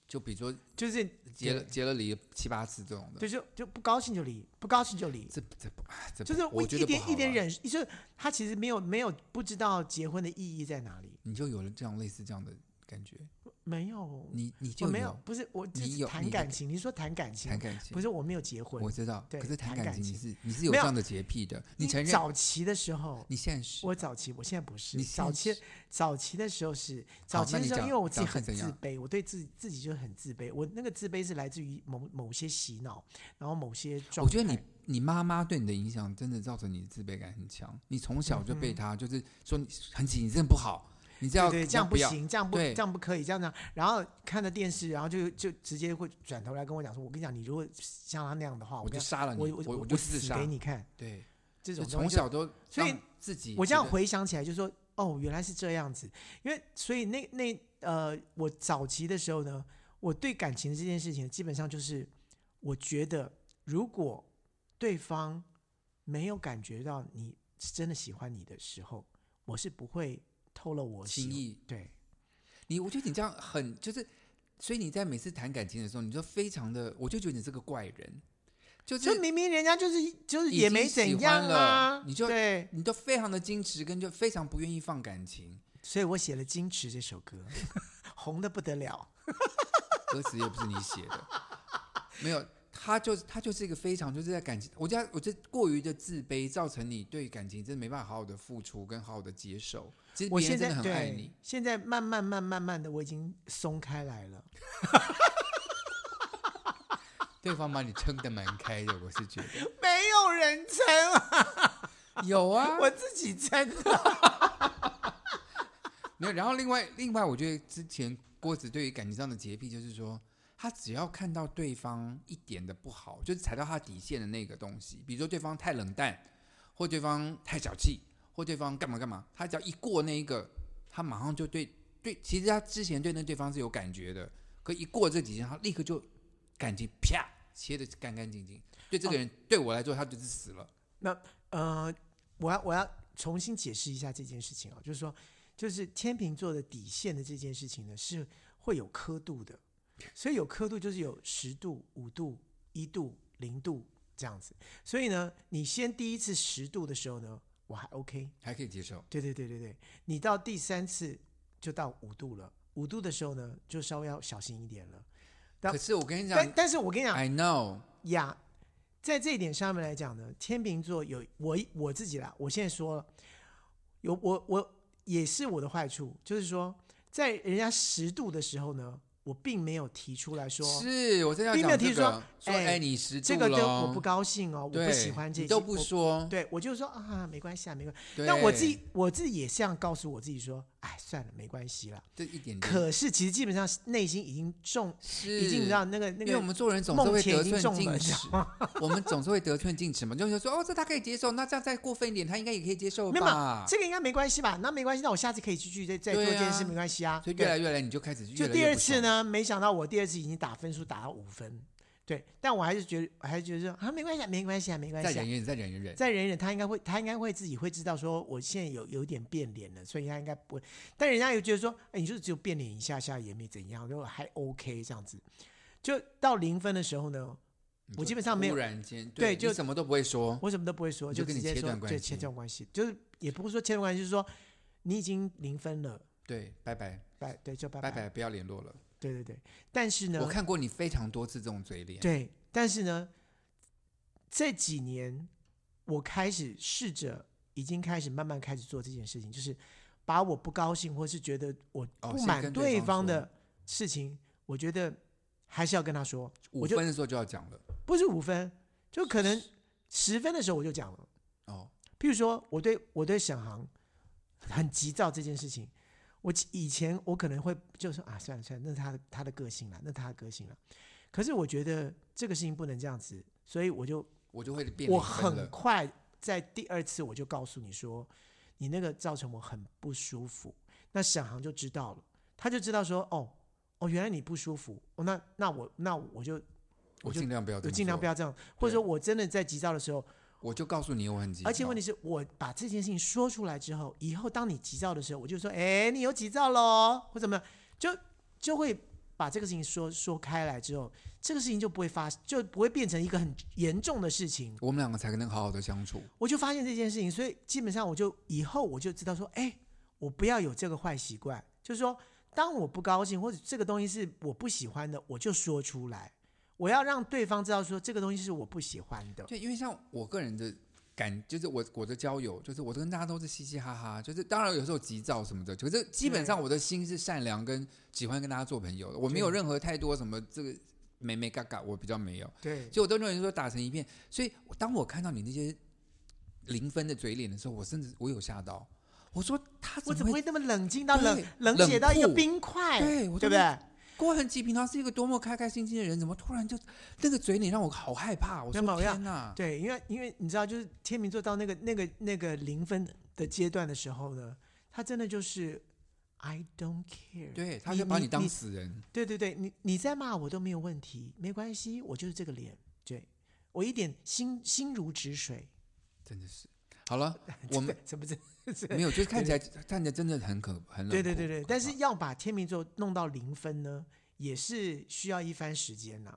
Speaker 3: 就比如说
Speaker 1: 就是
Speaker 3: 结了结了离七八次这种的，
Speaker 1: 对就就不高兴就离，不高兴就离，
Speaker 3: 这这不哎这不
Speaker 1: 就是
Speaker 3: 我觉
Speaker 1: 一
Speaker 3: 得不
Speaker 1: 点
Speaker 3: 好啊
Speaker 1: 一点
Speaker 3: 啦
Speaker 1: 忍，就是他其实没有没有不知道结婚的意义在哪里，
Speaker 3: 你就有了这样类似这样的感觉，
Speaker 1: 没有，
Speaker 3: 你你
Speaker 1: 我
Speaker 3: 就
Speaker 1: 没有，不是我
Speaker 3: 你
Speaker 1: 只
Speaker 3: 有
Speaker 1: 谈
Speaker 3: 你的
Speaker 1: 感情，你说谈感情
Speaker 3: 谈，感情
Speaker 1: 不。是我没有结婚，
Speaker 3: 我知道，
Speaker 1: 对
Speaker 3: 可是谈
Speaker 1: 谈
Speaker 3: 感
Speaker 1: 感
Speaker 3: 情你
Speaker 1: 情
Speaker 3: 是你是有
Speaker 1: 没
Speaker 3: 这
Speaker 1: 有
Speaker 3: 样的洁癖的，你承认
Speaker 1: 早期的时候，
Speaker 3: 你现在是
Speaker 1: 我早期，我现在不是。
Speaker 3: 你现
Speaker 1: 早
Speaker 3: 在
Speaker 1: 期
Speaker 3: 是
Speaker 1: 早期的时候是早期
Speaker 3: 那
Speaker 1: 的
Speaker 3: 你
Speaker 1: 时候，
Speaker 3: 讲
Speaker 1: 因为我自己
Speaker 3: 讲是
Speaker 1: 很
Speaker 3: 怎
Speaker 1: 自
Speaker 3: 样
Speaker 1: 卑，我对自己自己就很自卑。我那个自卑是来自于某某些洗脑，然后某些状态。
Speaker 3: 我觉得你你妈妈对你的影响真的造成你的自卑感很强，你从小就被
Speaker 1: 嗯哼
Speaker 3: 她就是说你很紧，你真的不好，你这样
Speaker 1: 对对，这样
Speaker 3: 不要
Speaker 1: 行，这样不
Speaker 3: 对
Speaker 1: 这样不可以，这样这样。然后看着电视，然后就就直接会转头来跟我讲说：“我跟你讲，你如果像他那样的话，
Speaker 3: 我
Speaker 1: 我
Speaker 3: 就
Speaker 1: 跟
Speaker 3: 杀了你，
Speaker 1: 我
Speaker 3: 我
Speaker 1: 我
Speaker 3: 就自
Speaker 1: 死
Speaker 3: 杀
Speaker 1: 给。你看。
Speaker 3: 对，”
Speaker 1: 这
Speaker 3: 就
Speaker 1: 种
Speaker 3: 从
Speaker 1: 东西
Speaker 3: 小都
Speaker 1: 所以
Speaker 3: 让自己
Speaker 1: 我这样
Speaker 3: 觉得
Speaker 1: 回想起来，就说哦，原来是这样子。因为所以那那呃，我早期的时候呢，我对感情这件事情，基本上就是我觉得，如果对方没有感觉到你是真的喜欢你的时候，我是不会透露我喜
Speaker 3: 轻易
Speaker 1: 对
Speaker 3: 你，我觉得你这样很就是，所以你在每次谈感情的时候，你就非常的，我就觉得你是个怪人，就是
Speaker 1: 就明明人家就是就是
Speaker 3: 已
Speaker 1: 也没
Speaker 3: 经喜
Speaker 1: 怎
Speaker 3: 欢
Speaker 1: 样啊
Speaker 3: 了，你就
Speaker 1: 对，
Speaker 3: 你都非常的矜持，跟就非常不愿意放感情，
Speaker 1: 所以我写了《矜持》这首歌， 红的不得了。
Speaker 3: 歌词又不是你写的，没有，他就是他就是一个非常就是在感情，我觉得我这过于的自卑，造成你对感情真的没办法好好的付出跟好好的接受。其实
Speaker 1: 我
Speaker 3: 别
Speaker 1: 现
Speaker 3: 人
Speaker 1: 在
Speaker 3: 真的很爱
Speaker 1: 对
Speaker 3: 你，，
Speaker 1: 现在慢慢慢慢慢的，我已经松开来了。
Speaker 3: 对方把你撑得蛮开的，哎我是觉 得
Speaker 1: 没有人撑啊，
Speaker 3: 有啊，
Speaker 1: 我自己 撑的。
Speaker 3: 没有。然后另外另外，我觉得之前郭子对于感情上的洁癖，就是说他只要看到对方一点的不好，就是踩到他底线的那个东西，比如说对方太冷淡，或对方太小气，或对方干嘛干嘛，他只要一过那一个，他马上就对对，其实他之前对那对方是有感觉的，可一过这几天，他立刻就感情啪切的干干净净。对这个
Speaker 1: 哦
Speaker 3: 人，对我来说，他就是死了。
Speaker 1: 呃，我要我要重新解释一下这件事情啊、就是说，就是天秤座的底线的这件事情呢，是会有刻度的，所以有刻度就是有十度、五度、一度、零度这样子。所以呢，你先第一次十度的时候呢，我还 OK，
Speaker 3: 还可以接受，
Speaker 1: 对对对对对，你到第三次就到五度了，五度的时候呢，就稍微要小心一点了。但
Speaker 3: 可是我跟你哎讲
Speaker 1: 但但是我跟你讲
Speaker 3: ，I know，
Speaker 1: 呀在这一点上面来讲呢，天秤座有我我自己啦，我现在说了，有我我也是我的坏处，就是说在人家十度的时候呢，我并没有提出来说
Speaker 3: 是我真要
Speaker 1: 并没有
Speaker 3: 讲
Speaker 1: 提
Speaker 3: 这
Speaker 1: 出说
Speaker 3: 个，说
Speaker 1: 哎
Speaker 3: 哎，你十
Speaker 1: 这
Speaker 3: 度
Speaker 1: 个都
Speaker 3: 咯
Speaker 1: 我不高兴哦，我
Speaker 3: 对
Speaker 1: 不喜欢这
Speaker 3: 你都
Speaker 1: 些
Speaker 3: 不
Speaker 1: 我
Speaker 3: 说，
Speaker 1: 对我就说啊，没关系啊，没关系。
Speaker 3: 对
Speaker 1: 但我自己我自己也这样告诉我自己说，哎，算了，没关系啦。
Speaker 3: 这一点点
Speaker 1: 可是其实基本上内心已经中，
Speaker 3: 是
Speaker 1: 已经你知道那个那
Speaker 3: 因为
Speaker 1: 个
Speaker 3: 我们做人总是
Speaker 1: 梦
Speaker 3: 会
Speaker 1: 前
Speaker 3: 得
Speaker 1: 已经
Speaker 3: 寸
Speaker 1: 中了
Speaker 3: 进
Speaker 1: 你知
Speaker 3: 尺，我们总是会得寸进尺嘛，就是说哦，这他可以接受，那这样再过分一点，他应该也可以接受
Speaker 1: 没有嘛
Speaker 3: 吧，？
Speaker 1: 这个应该没关系吧？那没关系，那我下次可以继续再再做
Speaker 3: 对
Speaker 1: 这件
Speaker 3: 啊
Speaker 1: 事，没关系啊。
Speaker 3: 所以
Speaker 1: 对
Speaker 3: 越来越来，你就开始越
Speaker 1: 就
Speaker 3: 来
Speaker 1: 第
Speaker 3: 越
Speaker 1: 二
Speaker 3: 不
Speaker 1: 次
Speaker 3: 爽，
Speaker 1: 呢，没想到我第二次已经打分数打到五分，对，但我还是觉得我还是觉得说啊，没关系啊，没关系啊，没关
Speaker 3: 再
Speaker 1: 系啊
Speaker 3: 忍。一忍，再忍一忍，
Speaker 1: 再忍一忍，他应该会，他应该会自己会知道，说我现在有有点变脸了，所以他应该不会。但人家又觉得说，哎，你就只有变脸一下下也没怎样，就还 OK 这样子。就到零分的时候呢，
Speaker 3: 你
Speaker 1: 我
Speaker 3: 就
Speaker 1: 基本上没有
Speaker 3: 突然间
Speaker 1: 对
Speaker 3: 你
Speaker 1: 就
Speaker 3: 什么都不会说，
Speaker 1: 我什么都不会说，
Speaker 3: 你就跟
Speaker 1: 直
Speaker 3: 你
Speaker 1: 接
Speaker 3: 切
Speaker 1: 说
Speaker 3: 断关
Speaker 1: 对
Speaker 3: 系
Speaker 1: 切断关系，就是也不是说切断关系，就是说你已经零分了，
Speaker 3: 对，拜拜
Speaker 1: 拜对就拜
Speaker 3: 拜拜，不要联络了。
Speaker 1: 对对对。但是呢，
Speaker 3: 我看过你非常多次这种嘴脸，
Speaker 1: 对，但是呢，这几年我开始试着，已经开始慢慢开始做这件事情，就是把我不高兴或是觉得我
Speaker 3: 哦
Speaker 1: 不
Speaker 3: 先
Speaker 1: 满
Speaker 3: 跟对方
Speaker 1: 方
Speaker 3: 说
Speaker 1: 的事情，我觉得还是要跟他说，
Speaker 3: 五
Speaker 1: 我就
Speaker 3: 分的时候就要讲了
Speaker 1: 不是五分，就可能十分的时候我就讲了。
Speaker 3: 哦，
Speaker 1: 譬如说，我对我对沈航很急躁这件事情，我其以前我可能会就说啊，算了算了，那是他的他的个性了，那他的个性了。可是我觉得这个事情不能这样子，所以我就
Speaker 3: 我就会变
Speaker 1: 我
Speaker 3: 零分
Speaker 1: 很
Speaker 3: 了。
Speaker 1: 快在第二次我就告诉你说，你那个造成我很不舒服。那沈航就知道了，他就知道说，哦哦，原来你不舒服，哦那那我那我就
Speaker 3: 我
Speaker 1: 我就
Speaker 3: 尽量不要这
Speaker 1: 我
Speaker 3: 么
Speaker 1: 尽量
Speaker 3: 做
Speaker 1: 不，要这样，或者
Speaker 3: 对
Speaker 1: 说我真的在急躁的时候，
Speaker 3: 我就告诉你我很急躁。
Speaker 1: 而且问题是我把这件事情说出来之后，以后当你急躁的时候，我就说：“哎，你又急躁喽，或怎么样？”就就会把这个事情说说开来之后，这个事情就不会发，就不会变成一个很严重的事情。
Speaker 3: 我们两个才能好好的相处。
Speaker 1: 我就发现这件事情，所以基本上我就以后我就知道说，哎，我不要有这个坏习惯，就是说，当我不高兴或者这个东西是我不喜欢的，我就说出来，我要让对方知道说这个东西是我不喜欢的。
Speaker 3: 对，因为像我个人的感，就是我我的交友，就是我跟大家都是嘻嘻哈哈，就是当然有时候急躁什么的，可是基本上我的心是善良跟喜欢跟大家做朋友的，我没有
Speaker 1: 对
Speaker 3: 任何太多什么这个美美嘎嘎，我比较没有，
Speaker 1: 对
Speaker 3: 所以我都认为说打成一片。所以当我看到你那些零分的嘴脸的时候，我甚至我有吓到。我说他
Speaker 1: 我
Speaker 3: 怎
Speaker 1: 怎么
Speaker 3: 么会
Speaker 1: 会那么冷静到冷
Speaker 3: 对
Speaker 1: 冷
Speaker 3: 冷
Speaker 1: 血到一个
Speaker 3: 酷
Speaker 1: 冰块？
Speaker 3: 对我
Speaker 1: 对不
Speaker 3: 就
Speaker 1: 对？
Speaker 3: 郭恒吉平常是一个多么开开心心的人，怎么突然就那个嘴脸让我好害怕？我说
Speaker 1: 没有没有
Speaker 3: 天哪！
Speaker 1: 对，因为因为你知道，就是天秤座到那个那个那个零分的阶段的时候呢，他真的就是 I don't care，
Speaker 3: 对，他就把你当死人。
Speaker 1: 对对对，你你在骂我都没有问题，没关系，我就是这个脸，对我一点心心如止水。
Speaker 3: 真的是。好了，我们
Speaker 1: 对，怎么这？
Speaker 3: 没有，就是看起来看起来真的很可很冷酷。
Speaker 1: 对对对对，
Speaker 3: 可怕
Speaker 1: 但是要把天秤座弄到零分呢，也是需要一番时间呐、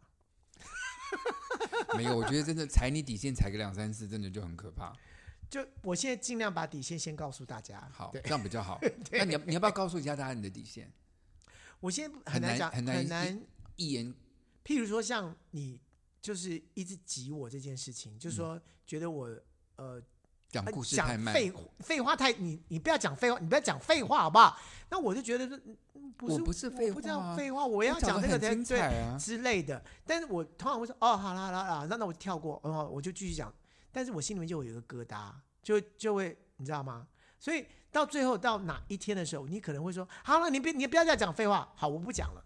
Speaker 3: 没有，我觉得真的踩你底线踩个两三次，真的就很可怕。
Speaker 1: 就我现在尽量把底线先告诉大家。
Speaker 3: 好，
Speaker 1: 对
Speaker 3: 这样比较好。那你要你要不要告诉一下大家你的底线？
Speaker 1: 我现在
Speaker 3: 很
Speaker 1: 难
Speaker 3: 难
Speaker 1: 讲，
Speaker 3: 很难一一言
Speaker 1: 譬如说像你就是一直挤我这件事情，就是说觉得我呃
Speaker 3: 嗯讲
Speaker 1: 呃
Speaker 3: 故事太
Speaker 1: 讲
Speaker 3: 慢，
Speaker 1: 废废话太你你不要讲废话，你不要讲废话好不好？那我就觉得说嗯不
Speaker 3: 我
Speaker 1: 是
Speaker 3: 不是废
Speaker 1: 我不知
Speaker 3: 话
Speaker 1: 道
Speaker 3: 啊
Speaker 1: 废话，我要
Speaker 3: 讲
Speaker 1: 讲这
Speaker 3: 的
Speaker 1: 个
Speaker 3: 很
Speaker 1: 才
Speaker 3: 精
Speaker 1: 对
Speaker 3: 彩啊。
Speaker 1: 之类的。但是我通常会说哦，好啦好啦好啦，那那我跳过，哦，我就继续讲。但是我心里面就有一个疙瘩，就就会你知道吗？所以到最后到哪一天的时候，你可能会说好了，你别你不要再讲废话，好，我不讲了。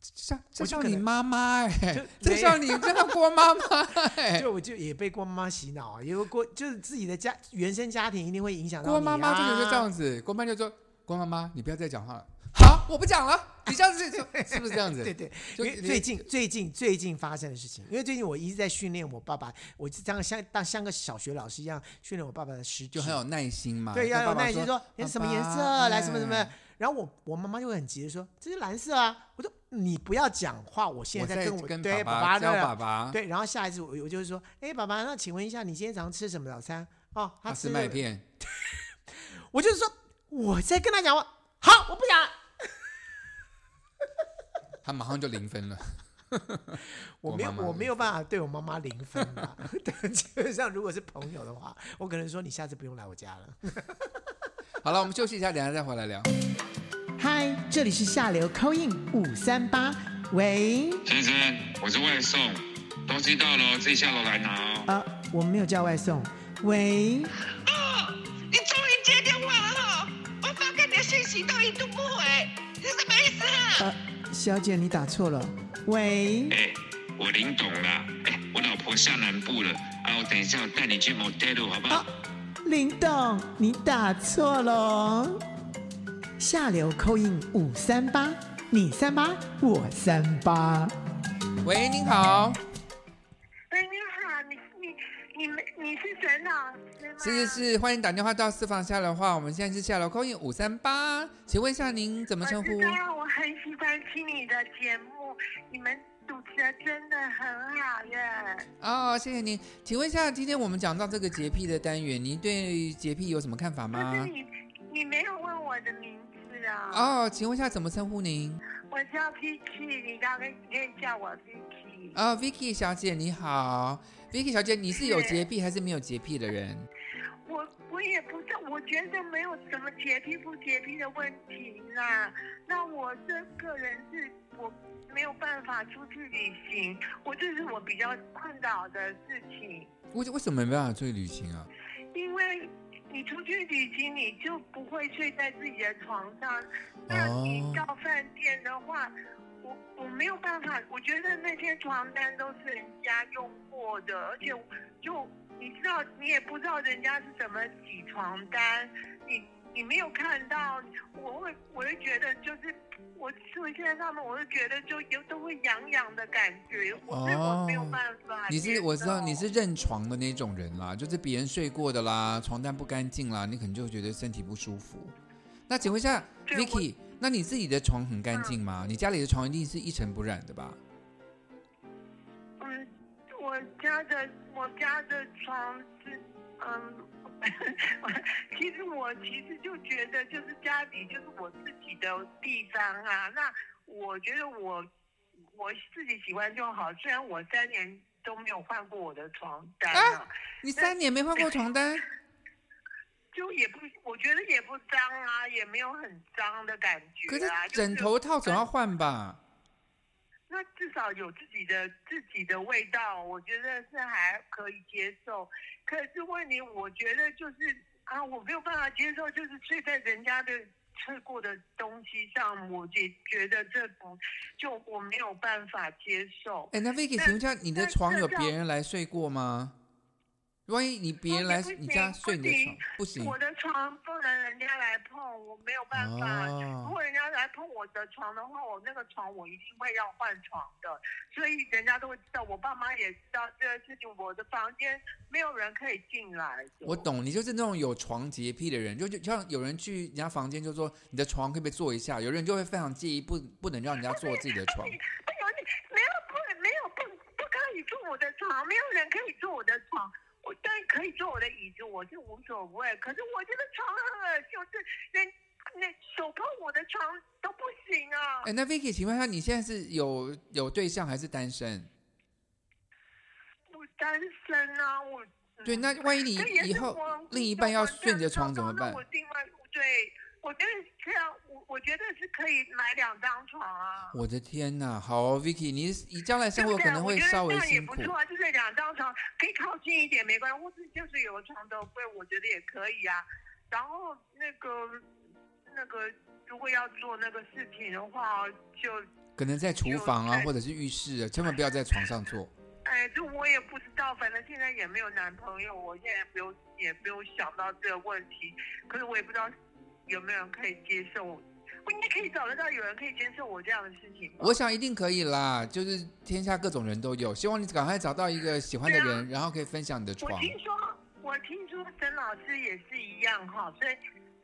Speaker 3: 像
Speaker 1: 我
Speaker 3: 这
Speaker 1: 就
Speaker 3: 像
Speaker 1: 可
Speaker 3: 你
Speaker 1: 能啊
Speaker 3: 妈妈 哎
Speaker 1: 就，
Speaker 3: 这
Speaker 1: 没
Speaker 3: 像你这像郭妈妈哎。
Speaker 1: 就我就也被郭妈妈洗脑啊，也有过就是自己的家原生家庭一定会影响到
Speaker 3: 郭
Speaker 1: 你
Speaker 3: 妈妈这
Speaker 1: 啊
Speaker 3: 个就这样子，郭妈就说：“郭妈妈，你不要再讲话了。”好，我不讲了。你这样子就是 不是这样子？
Speaker 1: 对对，
Speaker 3: 就
Speaker 1: 因为
Speaker 3: 你
Speaker 1: 最近最近最近发生的事情，因为最近我一直在训练我爸爸，我就当像当像个小学老师一样训练我爸爸的十指，
Speaker 3: 就很有耐心嘛。
Speaker 1: 对，
Speaker 3: 跟
Speaker 1: 要有
Speaker 3: 爸爸
Speaker 1: 耐心
Speaker 3: 说
Speaker 1: 说你什么颜
Speaker 3: 爸
Speaker 1: 色
Speaker 3: 爸
Speaker 1: 来什么什么
Speaker 3: 哎，
Speaker 1: 然后我我妈妈就会很急的说这是蓝色啊，我说你不要讲话，我现
Speaker 3: 我
Speaker 1: 在在跟
Speaker 3: 跟
Speaker 1: 我对
Speaker 3: 爸爸
Speaker 1: 那
Speaker 3: 教
Speaker 1: 个
Speaker 3: 爸爸，
Speaker 1: 对，然后下一次我我就是说，哎，爸爸，那请问一下，你今天早上吃什么早餐？哦，
Speaker 3: 他
Speaker 1: 吃
Speaker 3: 吃
Speaker 1: 了
Speaker 3: 麦片，
Speaker 1: 我就是说我在跟他讲话，好，我不讲了。
Speaker 3: 他马上就零分了。
Speaker 1: 我没有，
Speaker 3: 我妈妈
Speaker 1: 我没有办法对我妈妈零分 啊。但基本上，如果是朋友的话，我可能说你下次不用来我家了。
Speaker 3: 好了，我们休息一下，等一下再回来聊。
Speaker 1: 嗨，这里是下流 c 印五三八，喂，
Speaker 4: 先生，我是外送，东西到了哦自己下楼来拿哦。
Speaker 1: 呃，我们没有叫外送，喂，
Speaker 5: 哦，你终于接电话了哈、我发给你的信息都一度不回，你什么意思啊？
Speaker 1: 呃，小姐你打错了，喂，
Speaker 4: 哎、我林董啦，哎、我老婆下南部了，啊，我等一下我带你去 motel 好不好？
Speaker 1: 林董你打错了哦，下流 c 印五三八，你三八我三八。
Speaker 3: 喂，您好，
Speaker 6: 哎，你好，你你你们你是沈老师吗？
Speaker 3: 是是是，欢迎打电话到私房下楼话，我们现在是下楼空运五三八，请问一下您怎么
Speaker 6: 我
Speaker 3: 称呼？
Speaker 6: 知道，我很喜欢听你的节目，你们主持的真的很好耶。
Speaker 3: 哦，谢谢您，请问一下，今天我们讲到这个洁癖的单元，您对洁癖有什么看法
Speaker 6: 但是
Speaker 3: 吗？
Speaker 6: 你你没有问我的名字啊。
Speaker 3: 哦，请问一下怎么称呼您？
Speaker 6: 我叫 Vicky，你要跟你可以叫我 Vicky。
Speaker 3: 啊、v i c k y 小姐你好，Vicky 小姐，你是有洁癖还是没有洁癖的人？
Speaker 6: 我我也不知道，我觉得没有什么洁癖不洁癖的问题啦。那我这个人是我没有办法出去旅行，我这是我比较困扰的事情。
Speaker 3: 为为什么没办法出去旅行啊？
Speaker 6: 因为你出去旅行，你就不会睡在自己的床上。那
Speaker 3: 哦
Speaker 6: 你到饭店的话，我我没有办法，我觉得那些床单都是人家用过的，而且就你知道，你也不知道人家是怎么洗床单，你你没有看到，我会我会觉得就是。我睡在上面，我会觉得就有都会痒痒的感觉，我是我没有
Speaker 3: 哦
Speaker 6: 办法
Speaker 3: 你
Speaker 6: 接
Speaker 3: 是
Speaker 6: 受。
Speaker 3: 我知道你是认床的那种人啦，就是别人睡过的啦，床单不干净啦，你可能就会觉得身体不舒服。那请问一下
Speaker 6: 对我
Speaker 3: ，Vicky，那你自己的床很干净吗？你家里的床一定是一尘不染的吧？
Speaker 6: 嗯，我家的我家的床是，嗯，其实我其实就觉得就是家里就是我自己的地方啊。那我觉得我我自己喜欢就好，虽然我三年都没有换过我的床单、啊，
Speaker 3: 啊你三年没换过床 单，
Speaker 6: 就也不我觉得也不脏啊，也没有很脏的感
Speaker 3: 可
Speaker 6: 觉
Speaker 3: 是
Speaker 6: 啊。就是
Speaker 3: 枕头套总要换吧？
Speaker 6: 那至少有自己的自己的味道，我觉得是还可以接受。可是问题，我觉得就是啊，我没有办法接受，就是睡在人家的吃过的东西上，我也觉得这不就我没有办法接受。
Speaker 3: 哎，那 Vicky，
Speaker 6: 那
Speaker 3: 请问一下，你的
Speaker 6: 那
Speaker 3: 床
Speaker 6: 这
Speaker 3: 有
Speaker 6: 叫
Speaker 3: 别人来睡过吗？万一你别人来
Speaker 6: 哦不行
Speaker 3: 你家睡你的床，不行
Speaker 6: 我的床不能人家来碰，我没有办法。如
Speaker 3: 哦
Speaker 6: 果人家来碰我的床的话，我那个床我一定会要换床的，所以人家都会知道，我爸妈也知道这件事情。我的房间没有人可以进来的。
Speaker 3: 我懂，你就是那种有床洁癖的人，就就像有人去人家房间就说你的床可不可以坐一下，有人就会非常介意，不不能让人家坐自己的 床。
Speaker 6: 哎呦，你没有不没有不不可以坐我的床，没有人可以坐我的床。我但可以坐我的椅子，我是无所谓。可是我这个床很恶心，我是人那手碰我的床都不行啊。
Speaker 3: 哎，那 Vicky，请问一下，你现在是有有对象还是单身？
Speaker 6: 我单身啊，我
Speaker 3: 对，那万一你以后另一半要睡你的床怎么办
Speaker 6: 那我？另外对，我觉得这样，我我觉得是可以买两张床啊。
Speaker 3: 我的天呐，好哦、Vicky，你你将来生活可能会稍微
Speaker 6: 对不对我觉得这样也
Speaker 3: 辛
Speaker 6: 不
Speaker 3: 苦。
Speaker 6: 错啊，就是两张床可以靠近一点，没关系，或者就是有个床头柜，我觉得也可以啊。然后那个那个，如果要做那个事情的话，就
Speaker 3: 可能在厨
Speaker 6: 就
Speaker 3: 房啊，
Speaker 6: 在
Speaker 3: 或者是浴室啊，千万不要在床上坐。
Speaker 6: 哎，这我也不知道，反正现在也没有男朋友，我现在也不用也不用想到这个问题。可是我也不知道有没有人可以接受我，我应该可以找得到有人可以接受我这样的事情吧？
Speaker 3: 我想一定可以啦，就是天下各种人都有。希望你赶快找到一个喜欢的人，然后可以分享你的
Speaker 6: 啊我
Speaker 3: 床。
Speaker 6: 听说，我听说沈老师也是一样哈，所以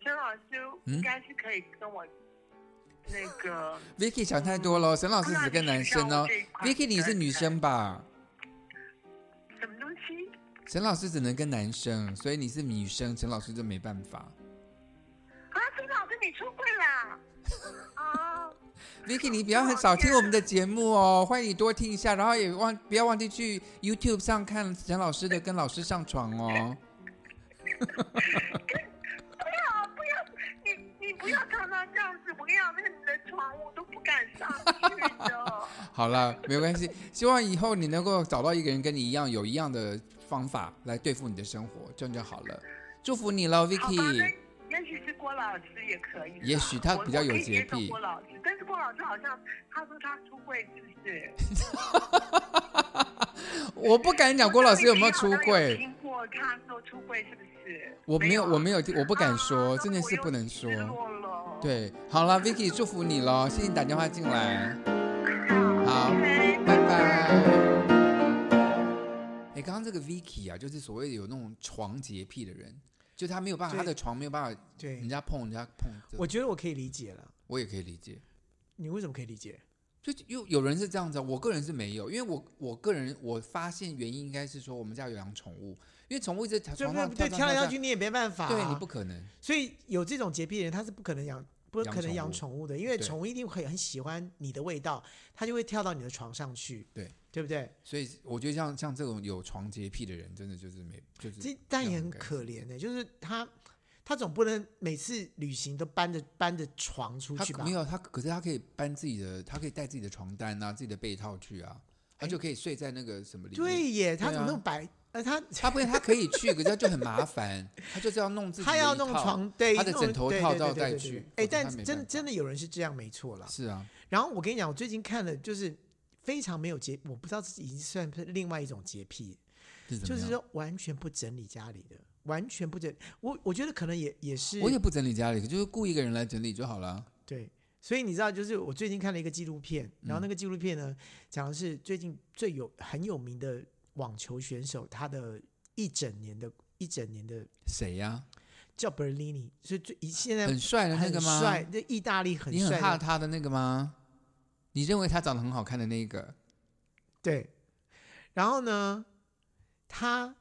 Speaker 6: 沈老师应该是可以跟我那个，
Speaker 3: Vicky 想太多了，沈老师只跟男生哦
Speaker 6: 那啊你是。让我这
Speaker 3: Vicky
Speaker 6: 一块
Speaker 3: 你是女生吧？
Speaker 6: 什么东西？
Speaker 3: 沈老师只能跟男生，所以你是女生，沈老师就没办法。
Speaker 6: 啊，沈老师你出柜啦？啊，
Speaker 3: Vicky 你不要很少听我们的节目哦，欢迎你多听一下，然后也忘不要忘记去 YouTube 上看沈老师的《跟老师上床》哦。
Speaker 6: 不要不要，你你不要常常这样子，我跟你讲，那个你的床我都不敢上 去的。
Speaker 3: 好了，没关系。希望以后你能够找到一个人跟你一样有一样的方法来对付你的生活，这样就好了。祝福你了
Speaker 6: 好吧，
Speaker 3: ，Vicky。
Speaker 6: 那也许是郭老师也可以啦。啊
Speaker 3: 也许他比较有
Speaker 6: 我我可以
Speaker 3: 洁
Speaker 6: 接受
Speaker 3: 癖
Speaker 6: 郭老师，但是郭老师好像他说他出柜，是不是？
Speaker 3: 我不敢讲郭老师有没有出
Speaker 6: 我
Speaker 3: 柜，
Speaker 6: 听过他说出柜是不是？
Speaker 3: 我没有，
Speaker 6: 啊
Speaker 3: 我没有，我不敢说，
Speaker 6: 啊
Speaker 3: 这件事不能说
Speaker 6: 那。我又失落了。
Speaker 3: 对，好了，Vicky，祝福你了，谢谢你打电话进来，好
Speaker 6: 好，谢谢
Speaker 3: 拜拜。哎，刚刚这个 Vicky 啊，就是所谓有那种床洁癖的人，就他没有办法，
Speaker 1: 对
Speaker 3: 他的床没有办法，
Speaker 1: 对
Speaker 3: 人，家碰，人家碰，
Speaker 1: 我
Speaker 3: 我
Speaker 1: 觉得我可以理解了。
Speaker 3: 我也可以理解。
Speaker 1: 你为什么可以理解？
Speaker 3: 就有有人是这样子啊，我个人是没有，因为我我个人我发现原因应该是说我们家有养宠物，因为宠物一直在
Speaker 1: 对
Speaker 3: 床上
Speaker 1: 不对？
Speaker 3: 跳
Speaker 1: 跳来跳
Speaker 3: 跳
Speaker 1: 去，你也没办法、啊
Speaker 3: 对你不，可能。
Speaker 1: 所以有这种洁癖的人，他是不可能养，不
Speaker 3: 养
Speaker 1: 可能养
Speaker 3: 宠
Speaker 1: 宠物的，因为
Speaker 3: 对
Speaker 1: 宠物一定会很喜欢你的味道，它就会跳到你的床上去，
Speaker 3: 对，
Speaker 1: 对不对？
Speaker 3: 所以我觉得像像这种有床洁癖的人，真的就是没就是
Speaker 1: 这但
Speaker 3: 这
Speaker 1: 也
Speaker 3: 样
Speaker 1: 很
Speaker 3: 该
Speaker 1: 可怜的、就是他，他总不能每次旅行都搬着搬着床出
Speaker 3: 他
Speaker 1: 去吧？
Speaker 3: 没有他，可是他可以搬自己的，他可以带自己的床单啊，自己的被套去啊，他就可以睡在那个什么里面。
Speaker 1: 哎对耶，他
Speaker 3: 对
Speaker 1: 怎么
Speaker 3: 啊
Speaker 1: 那么白？呃，他
Speaker 3: 他不，他可以去，可是他就很麻烦，他就是要弄自己的
Speaker 1: 他
Speaker 3: 一
Speaker 1: 要
Speaker 3: 套。
Speaker 1: 弄床，对，
Speaker 3: 他的
Speaker 1: 弄
Speaker 3: 枕头
Speaker 1: 对
Speaker 3: 套
Speaker 1: 对
Speaker 3: 到
Speaker 1: 对对
Speaker 3: 带
Speaker 1: 对
Speaker 3: 去
Speaker 1: 对
Speaker 3: 否
Speaker 1: 哎，
Speaker 3: 则他
Speaker 1: 但
Speaker 3: 没
Speaker 1: 真
Speaker 3: 办
Speaker 1: 真的有人是这样，没错啦。
Speaker 3: 是啊，
Speaker 1: 然后我跟你讲，我最近看了，就是非常没有洁，我不知道这已经算不算另外一种洁癖，
Speaker 3: 是怎
Speaker 1: 就
Speaker 3: 么
Speaker 1: 是
Speaker 3: 样
Speaker 1: 说完全不整理家里的，完全不整。我我觉得可能也也是
Speaker 3: 我也不整理家里，就是雇一个人来整理就好了。
Speaker 1: 对，所以你知道，就是我最近看了一个纪录片，
Speaker 3: 嗯
Speaker 1: 然后那个纪录片呢，讲的是最近最有很有名的网球选手，他的一整年的一整年的
Speaker 3: 谁呀、
Speaker 1: 叫 Berlini，所以最以现在
Speaker 3: 很帅的那个
Speaker 1: 嗯很
Speaker 3: 吗？
Speaker 1: 帅，这意大利很
Speaker 3: 你很
Speaker 1: 帅
Speaker 3: 怕
Speaker 1: 的，
Speaker 3: 他的那个吗？你认为他长得很好看的那个？
Speaker 1: 对。然后呢，他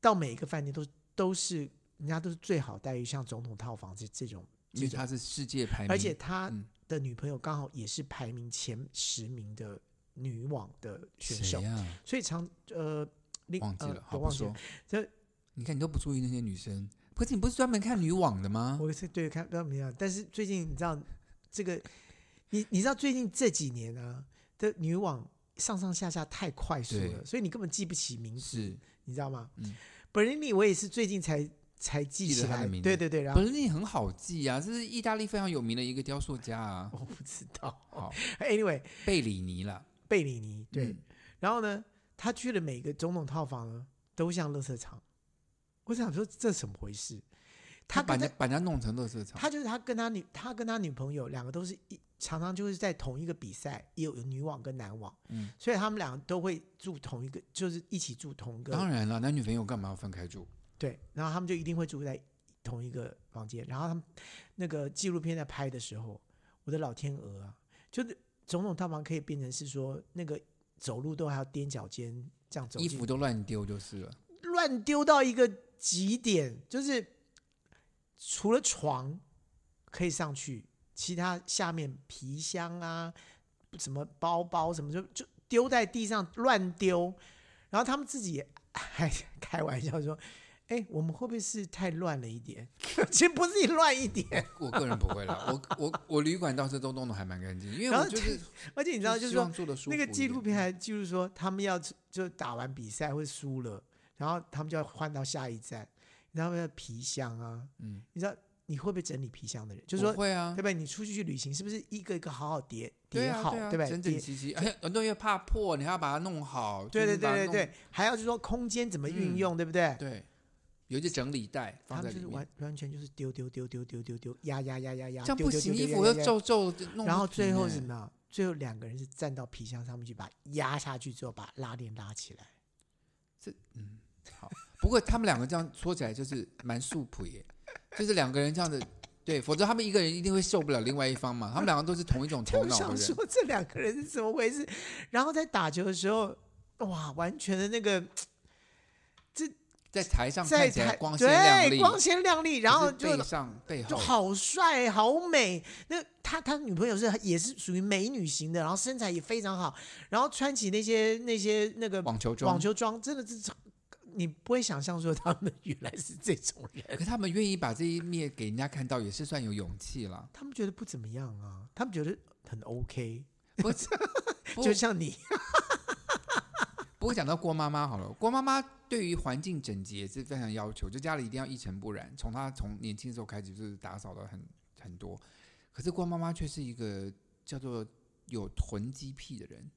Speaker 1: 到每一个饭店都都是人家都是最好待遇，像总统套房这这种，
Speaker 3: 因为他是世界排名，
Speaker 1: 而且他
Speaker 3: 嗯
Speaker 1: 的女朋友刚好也是排名前十名的女网的选手
Speaker 3: 谁，呀、
Speaker 1: 所以常呃，另
Speaker 3: 忘记了，
Speaker 1: 呃、
Speaker 3: 好
Speaker 1: 我
Speaker 3: 不
Speaker 1: 忘记
Speaker 3: 说
Speaker 1: 了。。这
Speaker 3: 你看你都不注意那些女生，可是你不是专门看女网的吗？
Speaker 1: 我是对看不知道怎么样，但是最近你知道这个，你你知道最近这几年啊的女网上上下下太快速
Speaker 3: 对
Speaker 1: 了，所以你根本记不起名字，
Speaker 3: 是
Speaker 1: 你知道吗？
Speaker 3: 嗯
Speaker 1: 本人你我也是最近才才记
Speaker 3: 记得
Speaker 1: 起
Speaker 3: 他的
Speaker 1: 来。
Speaker 3: 名字
Speaker 1: 对对对，然后
Speaker 3: 本尼很好记啊，这是意大利非常有名的一个雕塑家啊。
Speaker 1: 我不知道。
Speaker 3: 好，
Speaker 1: anyway，
Speaker 3: 贝里尼啦，
Speaker 1: 贝里尼对，
Speaker 3: 嗯
Speaker 1: 然后呢，他去的每个总统套房呢，都像垃圾场。我想说这怎么回事？他
Speaker 3: 把
Speaker 1: 跟他
Speaker 3: 人家把人家弄成乐色场。
Speaker 1: 他就是他跟他女他跟他女朋友两个都是一常常就是在同一个比赛，也有有女网跟男网，
Speaker 3: 嗯
Speaker 1: 所以他们俩都会住同一个，就是一起住同一个
Speaker 3: 当然了，男女朋友干嘛要分开住？
Speaker 1: 对，然后他们就一定会住在同一个房间。然后他们那个纪录片在拍的时候，我的老天鹅啊，就是总统套房可以变成是说那个走路都还要踮脚尖这样走进，
Speaker 3: 衣服都乱丢就是了。
Speaker 1: 乱丢到一个极点，就是除了床可以上去，其他下面皮箱啊、什么包包什么就就丢在地上乱丢，然后他们自己也还开玩笑说：“哎、我们会不会是太乱了一点？ 其实不是乱一点，
Speaker 3: 我个人不会啦，我我我旅馆倒是都弄得还蛮干净，因为
Speaker 1: 然
Speaker 3: 我
Speaker 1: 后
Speaker 3: 就是
Speaker 1: 而且你知道，就
Speaker 3: 就是希望
Speaker 1: 说
Speaker 3: 做的舒服
Speaker 1: 那
Speaker 3: 一点。
Speaker 1: 个纪录片还记录说，他们要就打完比赛会输了，然后他们就要换到下一站，然后要皮箱啊，
Speaker 3: 嗯，
Speaker 1: 你知道你会不会整理皮箱的人？就
Speaker 3: 我
Speaker 1: 是说，
Speaker 3: 会啊
Speaker 1: 对，不对？你出去去旅行，是不是一个一个好好叠
Speaker 3: 对
Speaker 1: 叠
Speaker 3: 啊
Speaker 1: 好，
Speaker 3: 对啊
Speaker 1: 不对？
Speaker 3: 整整
Speaker 1: 叠
Speaker 3: 齐齐，而且很多人又怕破，你还要把它弄好。
Speaker 1: 对对
Speaker 3: 就是把它
Speaker 1: 对对
Speaker 3: 弄
Speaker 1: 对，还要就是说空间怎么运
Speaker 3: 嗯
Speaker 1: 用，对不对？
Speaker 3: 对，有一些整理袋
Speaker 1: 他
Speaker 3: 放在
Speaker 1: 们就
Speaker 3: 里
Speaker 1: 是
Speaker 3: 面
Speaker 1: 完，完全就是丢丢丢丢丢丢丢压压压压压，
Speaker 3: 这样
Speaker 1: 丢
Speaker 3: 不
Speaker 1: 丢
Speaker 3: 行，
Speaker 1: 丢丢
Speaker 3: 衣
Speaker 1: 压
Speaker 3: 服
Speaker 1: 压
Speaker 3: 又
Speaker 1: 压
Speaker 3: 皱皱的，弄
Speaker 1: 然
Speaker 3: 不
Speaker 1: 后最
Speaker 3: 平
Speaker 1: 后
Speaker 3: 欸
Speaker 1: 是什么样？最后两个人是站到皮箱上面去，把它压下去之后，把拉链拉起来。
Speaker 3: 好，不过他们两个这样说起来就是蛮素朴耶，就是两个人这样子，对，否则他们一个人一定会受不了另外一方嘛。他们两个都是同一种头
Speaker 1: 就
Speaker 3: 脑的
Speaker 1: 想
Speaker 3: 人
Speaker 1: 说，这两个人是怎么回事？然后在打球的时候，哇，完全的那个
Speaker 3: 在台上
Speaker 1: 在
Speaker 3: 看起来
Speaker 1: 台
Speaker 3: 光鲜亮
Speaker 1: 对
Speaker 3: 丽，
Speaker 1: 光鲜亮丽，然
Speaker 3: 可
Speaker 1: 后
Speaker 3: 是
Speaker 1: 就
Speaker 3: 背上背
Speaker 1: 就
Speaker 3: 后
Speaker 1: 好帅好美。那他他女朋友是也是属于美女型的，然后身材也非常好，然后穿起那些那些那个
Speaker 3: 网球装
Speaker 1: 网，球装，真的是你不会想象说他们原来是这种 人，
Speaker 3: 可他们愿意把这一面给人家看到，也是算有勇气了。
Speaker 1: 他们觉得不怎么样啊，他们觉得很 OK，
Speaker 3: 不 过不
Speaker 1: 就像你
Speaker 3: 不过讲到郭妈妈好了，郭妈妈对于环境整洁是非常要求，就家里一定要一尘不染。从她从年轻的时候开始就是打扫的很很多，可是郭妈妈却是一个叫做有囤积癖的人，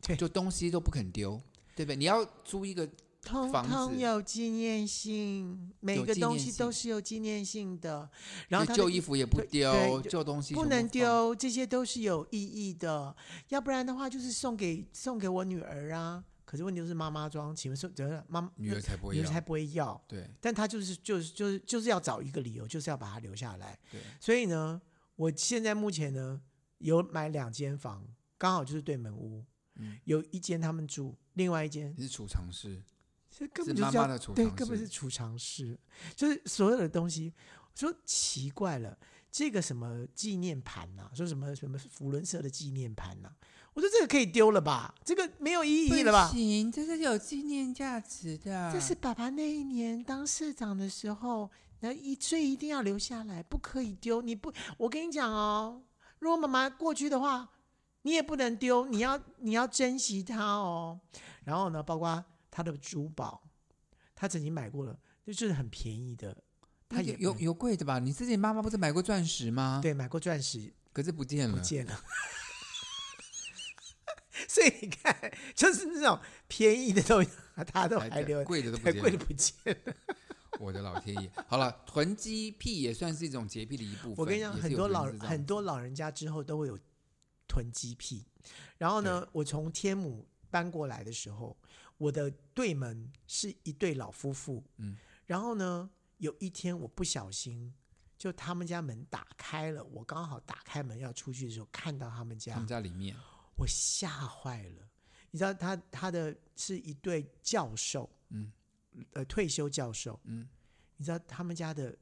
Speaker 1: 对
Speaker 3: 就东西都不肯丢，对不对？你要租一个
Speaker 1: 通
Speaker 3: 房
Speaker 1: 通
Speaker 3: 子
Speaker 1: 有纪念性，每
Speaker 3: 有
Speaker 1: 个
Speaker 3: 纪
Speaker 1: 东
Speaker 3: 念
Speaker 1: 西
Speaker 3: 性
Speaker 1: 都是有纪念性的。然后
Speaker 3: 就
Speaker 1: 他
Speaker 3: 旧
Speaker 1: 的
Speaker 3: 衣服也不
Speaker 1: 对
Speaker 3: 丢，
Speaker 1: 对
Speaker 3: 旧东西
Speaker 1: 不
Speaker 3: 全部
Speaker 1: 能
Speaker 3: 放，
Speaker 1: 丢，这些都是有意义的，要不然的话就是送给送给我女儿啊。可是问题就是妈妈装，请问说，怎么妈
Speaker 3: 女儿才不会
Speaker 1: 女儿
Speaker 3: 要。
Speaker 1: 才不会要？
Speaker 3: 对
Speaker 1: 但她就是就是就是就是要找一个理由，就是要把它留下来。
Speaker 3: 对，
Speaker 1: 所以呢，我现在目前呢有买两间房，刚好就是对门屋，
Speaker 3: 嗯
Speaker 1: 有一间他们住，另外一间
Speaker 3: 你是储藏室，
Speaker 1: 这根
Speaker 3: 是
Speaker 1: 本就
Speaker 3: 妈
Speaker 1: 叫
Speaker 3: 妈的储
Speaker 1: 对，
Speaker 3: 藏
Speaker 1: 根本
Speaker 3: 室
Speaker 1: 是储藏室，就是所有的东西。我说奇怪了，这个什么纪念盘呐、说什么什么福伦社的纪念盘呐、我说这个可以丢了吧，这个没有意义了吧
Speaker 3: 不？行，这是有纪念价值的。
Speaker 1: 这是爸爸那一年当社长的时候，那一最一定要留下来，不可以丢。你不，我跟你讲哦，如果妈妈过去的话，你也不能丢，你要你要珍惜它哦。然后呢，包括他的珠宝，他曾经买过了，就是很便宜的，他
Speaker 3: 那
Speaker 1: 也
Speaker 3: 有有
Speaker 1: 买
Speaker 3: 有贵的吧？你自己妈妈不是买过钻石吗？，
Speaker 1: 对买过钻石，
Speaker 3: 可是不见了。
Speaker 1: 不见了。 所以你看，就是那种便宜的东西，他都还
Speaker 3: 还
Speaker 1: 留，
Speaker 3: 贵的都不
Speaker 1: 还
Speaker 3: 见
Speaker 1: 贵的
Speaker 3: 了
Speaker 1: 不见了。
Speaker 3: 我的老天爷！ 好了，囤积癖也算是一种洁癖的一部分。
Speaker 1: 我跟你讲，
Speaker 3: 也是
Speaker 1: 很
Speaker 3: 有
Speaker 1: 多
Speaker 3: 人
Speaker 1: 老
Speaker 3: 是这样
Speaker 1: 很多老人家之后都会有囤积癖。然后呢，我从天母搬过来的时候，我的对门是一对老夫妇。
Speaker 3: 嗯，
Speaker 1: 然后呢，有一天我不小心就他们家门打开了，我刚好打开门要出去的时候，看到他们家，
Speaker 3: 他们家里面
Speaker 1: 我吓坏了。你知道他他的是一对教授，
Speaker 3: 嗯，
Speaker 1: 呃，退休教授，
Speaker 3: 嗯，
Speaker 1: 你知道他们家的，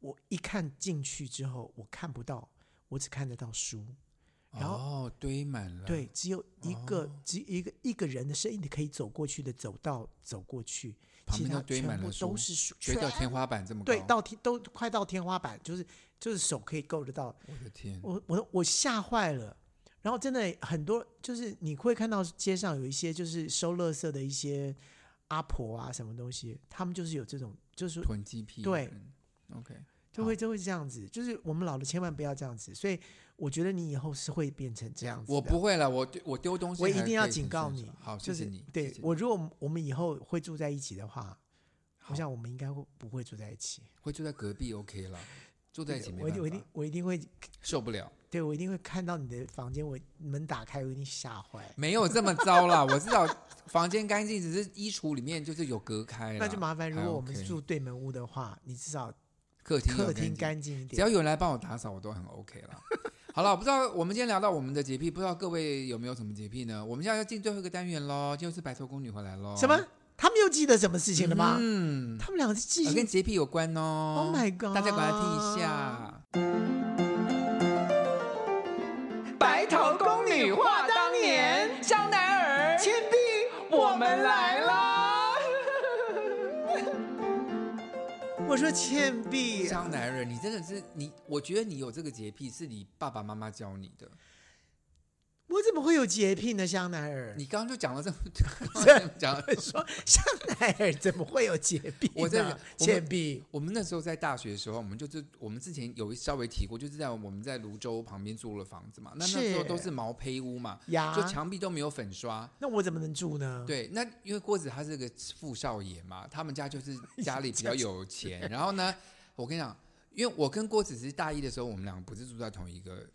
Speaker 1: 我一看进去之后，我看不到，我只看得到书， 然后
Speaker 3: 哦堆满了，
Speaker 1: 对，，只有一个、
Speaker 3: 哦
Speaker 1: 只一个一个人的身影可以走过去的走道走过去，
Speaker 3: 旁
Speaker 1: 其
Speaker 3: 边
Speaker 1: 他
Speaker 3: 都堆
Speaker 1: 全
Speaker 3: 满
Speaker 1: 部
Speaker 3: 了
Speaker 1: 都
Speaker 3: 书
Speaker 1: 是书，
Speaker 3: 堆到
Speaker 1: 全
Speaker 3: 天花板这么哦高。
Speaker 1: 对，到天都快到天花板，就是就是手可以够得到，
Speaker 3: 我的天，
Speaker 1: 我我我吓坏了。然后真的很多，就是你会看到街上有一些就是收垃圾的一些阿婆啊什么东西，他们就是有这种，就是说
Speaker 3: 囤积癖。
Speaker 1: 对
Speaker 3: 嗯，OK，
Speaker 1: 就会就会这样子，就是我们老了千万不要这样子。所以我觉得你以后是会变成这样子的。
Speaker 3: 我不会了，我丢我丢东西
Speaker 1: 我
Speaker 3: 还
Speaker 1: 一
Speaker 3: 可以
Speaker 1: 定要
Speaker 3: 很
Speaker 1: 警告
Speaker 3: 顺
Speaker 1: 你
Speaker 3: 手，好，谢
Speaker 1: 就
Speaker 3: 谢
Speaker 1: 是
Speaker 3: 你，
Speaker 1: 对
Speaker 3: 谢谢
Speaker 1: 我，
Speaker 3: 你
Speaker 1: 如果我们以后会住在一起的话，
Speaker 3: 好
Speaker 1: 我想我们应该会不会住在一起？
Speaker 3: 会住在隔壁 OK 了，住在一起没
Speaker 1: 我一定我一
Speaker 3: 办
Speaker 1: 定
Speaker 3: 法，
Speaker 1: 我一定会，
Speaker 3: 受不了，
Speaker 1: 对我一定会看到你的房间，我门打开，我一定吓坏。
Speaker 3: 没有这么糟啦， 我至少房间干净，只是衣橱里面就是有隔开啦，
Speaker 1: 那就麻烦，如
Speaker 3: 还
Speaker 1: 果我们
Speaker 3: OK
Speaker 1: 住对门屋的话，你至少
Speaker 3: 客厅有
Speaker 1: 客厅
Speaker 3: 净
Speaker 1: 干净一
Speaker 3: 只要
Speaker 1: 点。
Speaker 3: 有人来帮我打扫，我都很 OK 了。 好了，我不知道我们今天聊到我们的洁癖，不知道各位有没有什么洁癖呢？我们现在要进最后一个单元喽，就是白头宫女回来喽。
Speaker 1: 什么？他们又记得什么事情了吗？
Speaker 3: 嗯，
Speaker 1: 他们两个是记
Speaker 3: 呃
Speaker 1: 性
Speaker 3: 跟洁癖有关哦。
Speaker 1: Oh my god
Speaker 3: 大家赶快听一下。
Speaker 2: 白头宫女话当年，香奈儿、倩碧，我们来啦！
Speaker 1: 我说倩碧，
Speaker 3: 张男人，你真的是你，我觉得你有这个洁癖是你爸爸妈妈教你 的。
Speaker 1: 我怎么会有洁癖呢？香奈儿，
Speaker 3: 你刚刚就讲了这么，刚刚讲 了
Speaker 1: 说香奈儿怎么会有洁癖呢？
Speaker 3: 我在想我们
Speaker 1: 倩碧，
Speaker 3: 我们那时候在大学的时候，我们就是我们之前有稍微提过，就是在我们在泸州旁边租了房子嘛，那那时候
Speaker 1: 是
Speaker 3: 都是毛坯屋嘛，
Speaker 1: 呀
Speaker 3: 就墙壁都没有粉刷。
Speaker 1: 那我怎么能住呢？
Speaker 3: 对，那因为郭子他是个富少爷嘛，他们 家就是家里比较有钱。然后呢，我跟你讲，因为我跟郭子是大一的时候，我们两个不是住在同一个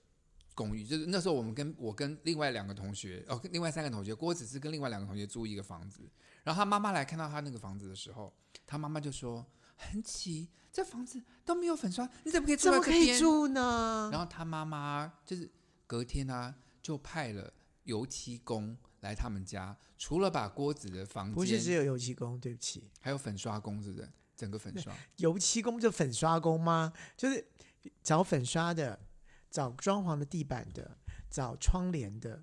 Speaker 3: 公寓，就是那时候我们跟我跟另外两个同学，哦，跟另外三个同学，郭子是跟另外两个同学租一个房子。然后他妈妈来看到他那个房子的时候，他妈妈就说：“很奇，这房子都没有粉刷，你怎么可以住
Speaker 1: 怎
Speaker 3: 在
Speaker 1: 么
Speaker 3: 这
Speaker 1: 可
Speaker 3: 边？”
Speaker 1: 以住呢？
Speaker 3: 然后他妈妈就是隔天啊，就派了油漆工来他们家，除了把郭子的房
Speaker 1: 不是只
Speaker 3: 间，
Speaker 1: 有油漆工，对不起，
Speaker 3: 还有粉刷工，是不是？整个粉刷，
Speaker 1: 油漆工就粉刷工吗？就是找粉刷的，找装潢的地板的，找窗帘的，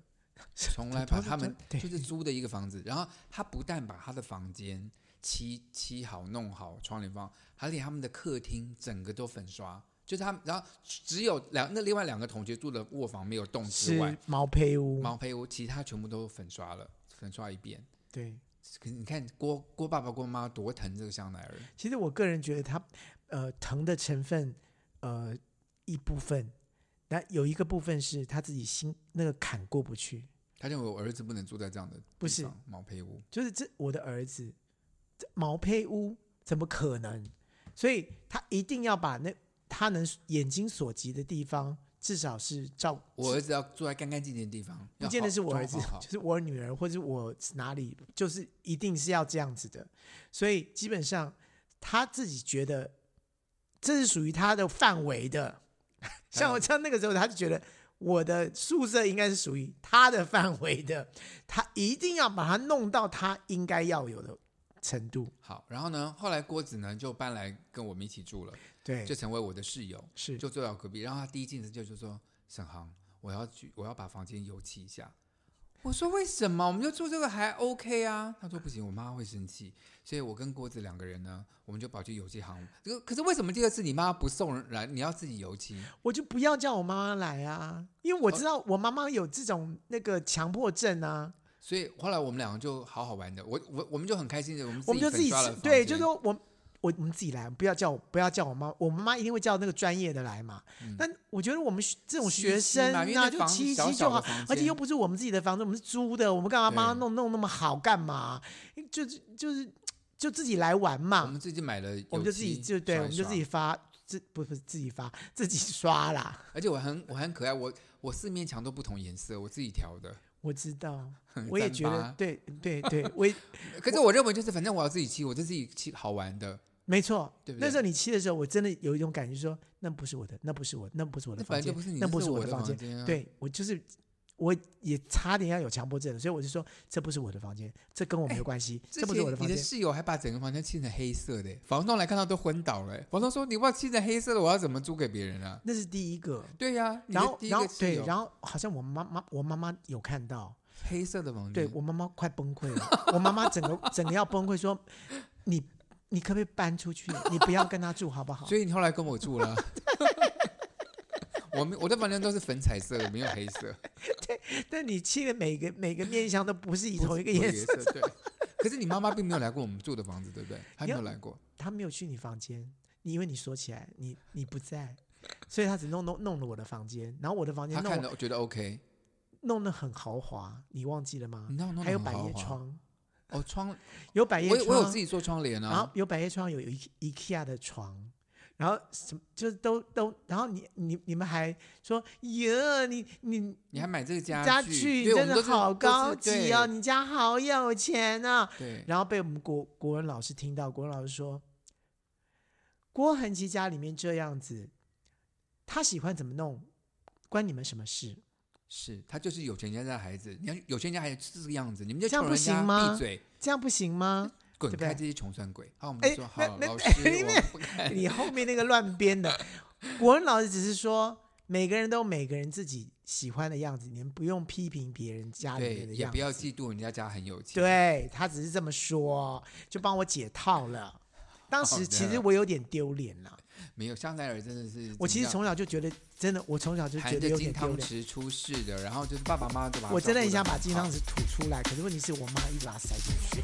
Speaker 3: 从来把
Speaker 1: 都是
Speaker 3: 他们
Speaker 1: 对
Speaker 3: 就是租的一个房子，然后他不但把他的房间漆漆好、弄好窗帘放，还连他们的客厅整个都粉刷。就是他们，然后只有两那另外两个同学住的卧房没有动之外
Speaker 1: 是，毛坯屋，
Speaker 3: 毛坯屋其他全部都粉刷了，粉刷一遍。
Speaker 1: 对。
Speaker 3: 可是你看郭郭爸爸郭妈多疼这个香奈儿，
Speaker 1: 其实我个人觉得它，呃，疼的成分，呃，一部分，那有一个部分是他自己心那个坎过不去，
Speaker 3: 他认为我儿子不能住在这样的地方
Speaker 1: 不是
Speaker 3: 毛坯屋，
Speaker 1: 就是这我的儿子，这毛坯屋怎么可能？所以他一定要把那他能眼睛所及的地方，至少是照。
Speaker 3: 我儿子要住在干干净净的地方。
Speaker 1: 不
Speaker 3: 要
Speaker 1: 见得
Speaker 3: 好
Speaker 1: 是我儿子
Speaker 3: 装潢好，
Speaker 1: 就是我女儿，或者我哪里，就是一定是要这样子的。所以基本上他自己觉得这是属于他的范围的。像
Speaker 3: 嗯
Speaker 1: 我像那个时候，他就觉得我的宿舍应该是属于他的范围的，他一定要把它弄到他应该要有的程度。
Speaker 3: 好。然后呢，后来郭子呢就搬来跟我们一起住了，
Speaker 1: 对，
Speaker 3: 就成为我的室友，
Speaker 1: 是
Speaker 3: 就坐在我隔壁。然后他第一进来就就说：“沈航，我要去，我要把房间油漆一下。”我说：“为什么？我们就住这个还 OK 啊？”他说：“不行，我妈会生气。”所以，我跟郭子两个人呢，我们就跑去油漆行。这个可是为什么第二次你妈不送人来，你要自己油漆？
Speaker 1: 我就不要叫我妈妈来啊，因
Speaker 3: 哦
Speaker 1: 为我知道我妈妈有这种那个强迫症啊，
Speaker 3: 所以后来我们两个就好好玩的，我我我们就很开心的，我们
Speaker 1: 我们就自
Speaker 3: 粉
Speaker 1: 己
Speaker 3: 刷了
Speaker 1: 吃
Speaker 3: 房
Speaker 1: 对，就
Speaker 3: 间
Speaker 1: 说我我我们自己来，不要叫我不要叫我妈，我妈妈一定会叫那个专业的来嘛。但我觉得我们学这种
Speaker 3: 漆
Speaker 1: 学
Speaker 3: 漆嗯嘛
Speaker 1: 生
Speaker 3: 因为
Speaker 1: 啊，
Speaker 3: 那
Speaker 1: 就
Speaker 3: 房子
Speaker 1: 漆一
Speaker 3: 小
Speaker 1: 漆
Speaker 3: 小
Speaker 1: 就好
Speaker 3: 的房，
Speaker 1: 而且又
Speaker 3: 间
Speaker 1: 不是我们自己的房子，我们是租的，我们干嘛帮
Speaker 3: 对
Speaker 1: 她弄弄那么好干嘛？就是就是就自己来玩嘛。
Speaker 3: 我们自己买了油漆，
Speaker 1: 我们就自己就对，
Speaker 3: 刷
Speaker 1: 我
Speaker 3: 一
Speaker 1: 们就自己
Speaker 3: 刷，
Speaker 1: 发，自不是自己发，自己刷啦。
Speaker 3: 而且我很我很可爱，我我四面墙都不同颜色，我自己调的。
Speaker 1: 我知道，我也
Speaker 3: 赞
Speaker 1: 觉得
Speaker 3: 吧，
Speaker 1: 对对对，我也
Speaker 3: 可是我认为就是反正我要自己漆，我就自己漆好玩的，
Speaker 1: 没错，
Speaker 3: 对不
Speaker 1: 那
Speaker 3: 对
Speaker 1: 时候你漆的时候，我真的有一种感觉说，那不是我的，那不是我，那不是我的
Speaker 3: 那
Speaker 1: 房
Speaker 3: 本来就
Speaker 1: 间
Speaker 3: 不是你，的，
Speaker 1: 那不
Speaker 3: 是
Speaker 1: 是我
Speaker 3: 的
Speaker 1: 房
Speaker 3: 房
Speaker 1: 间。
Speaker 3: 间啊。，
Speaker 1: 对我就是，我也差点要有强迫症了，所以我就说这不是我的房间，这跟我没有关系，
Speaker 3: 哎之
Speaker 1: 这不是我的
Speaker 3: 前你
Speaker 1: 房
Speaker 3: 的
Speaker 1: 间。
Speaker 3: 室友还把整个房间漆成黑色的，房东来看到都昏倒了。欸房东说：“你把漆成黑色的，我要怎么租给别人啊
Speaker 1: 那是第一个，？”
Speaker 3: 对呀，你的
Speaker 1: 然后
Speaker 3: 第一
Speaker 1: 然后
Speaker 3: 个室
Speaker 1: 对，
Speaker 3: 友
Speaker 1: 然后好像我妈妈我妈妈有看到，
Speaker 3: 黑色的房间，
Speaker 1: 对我妈妈快崩溃了，我妈妈整个整个要崩溃，说你你可不可以搬出去？你不要跟他住好不好
Speaker 3: 所？以你后来跟我住了。 我们我的房间都是粉彩色的，没有黑色，
Speaker 1: 但你漆的每个每个面相都不是以同一个
Speaker 3: 不是
Speaker 1: 颜
Speaker 3: 颜
Speaker 1: 色，
Speaker 3: 色对。可可是你妈妈并没有来过我们住的房子，对不对？还没有
Speaker 1: 你
Speaker 3: 来过。
Speaker 1: 他没有去你房间，你因为你锁起来，你你不在，所以他只弄弄弄了我的房间，然后我的房
Speaker 3: 她
Speaker 1: 间
Speaker 3: 看
Speaker 1: 弄
Speaker 3: 了觉得 OK，
Speaker 1: 弄得很豪华，你忘记了吗
Speaker 3: 你那弄？得
Speaker 1: 还有
Speaker 3: 很
Speaker 1: 百
Speaker 3: 豪
Speaker 1: 叶
Speaker 3: 华
Speaker 1: 窗，
Speaker 3: 哦，窗，我
Speaker 1: 有百叶
Speaker 3: 有
Speaker 1: 哎窗，
Speaker 3: 我有自己做窗帘
Speaker 1: 然后
Speaker 3: 啊，
Speaker 1: 有百叶窗，有 I- IKEA 的床，然后什么就是都都，然后你你你们还说，哟，你你
Speaker 3: 你还买这个家
Speaker 1: 家
Speaker 3: 具，
Speaker 1: 具
Speaker 3: 对，我
Speaker 1: 真
Speaker 3: 们都
Speaker 1: 的
Speaker 3: 是
Speaker 1: 好高
Speaker 3: 都是
Speaker 1: 级哦，
Speaker 3: 对
Speaker 1: 你家好有钱啊！
Speaker 3: 对，
Speaker 1: 然后被我们国国文老师听到，国文老师说，郭恒琪家里面这样子，他喜欢怎么弄，关你们什么事？
Speaker 3: 是他就是有钱人家的孩子，你看有钱人家孩子是这个样子，你们就
Speaker 1: 这样
Speaker 3: 求
Speaker 1: 不
Speaker 3: 人家
Speaker 1: 行吗
Speaker 3: 闭嘴，
Speaker 1: 这样不行吗？
Speaker 3: 滚
Speaker 1: 对不
Speaker 3: 开
Speaker 1: 对
Speaker 3: 这些穷酸鬼。好，我们就
Speaker 1: 哎
Speaker 3: 说好
Speaker 1: 那，那
Speaker 3: 老师，
Speaker 1: 那
Speaker 3: 我们不 看。
Speaker 1: 你后面那个乱编 的，国文老师只是说每个人都有每个人自己喜欢的样子，你们不用批评别人家里
Speaker 3: 对
Speaker 1: 面的，
Speaker 3: 也
Speaker 1: 样
Speaker 3: 不
Speaker 1: 子。
Speaker 3: 要嫉妒人家家很有钱。，
Speaker 1: 对他只是这么说，就帮我解套了。当
Speaker 3: 好
Speaker 1: 时
Speaker 3: 的
Speaker 1: 其实我有点丢脸了，
Speaker 3: 没有香奈儿真的是怎么样，
Speaker 1: 我其实从小就觉得，真的，我从小就觉
Speaker 3: 含
Speaker 1: 得
Speaker 3: 着
Speaker 1: 有
Speaker 3: 金
Speaker 1: 点丢
Speaker 3: 汤
Speaker 1: 脸。
Speaker 3: 匙出世的，然后就是爸爸妈妈都把他
Speaker 1: 我真的
Speaker 3: 啊照顾
Speaker 1: 很想
Speaker 3: 得
Speaker 1: 把金汤
Speaker 3: 好，
Speaker 1: 匙吐出来，可是问题是我妈一把它塞进去。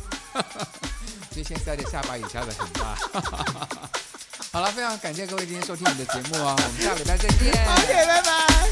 Speaker 3: 所以现在的下巴也下的很大。 好了，非常感谢各位今天收听我们的节目啊，我们下礼拜再见。
Speaker 1: OK，拜拜。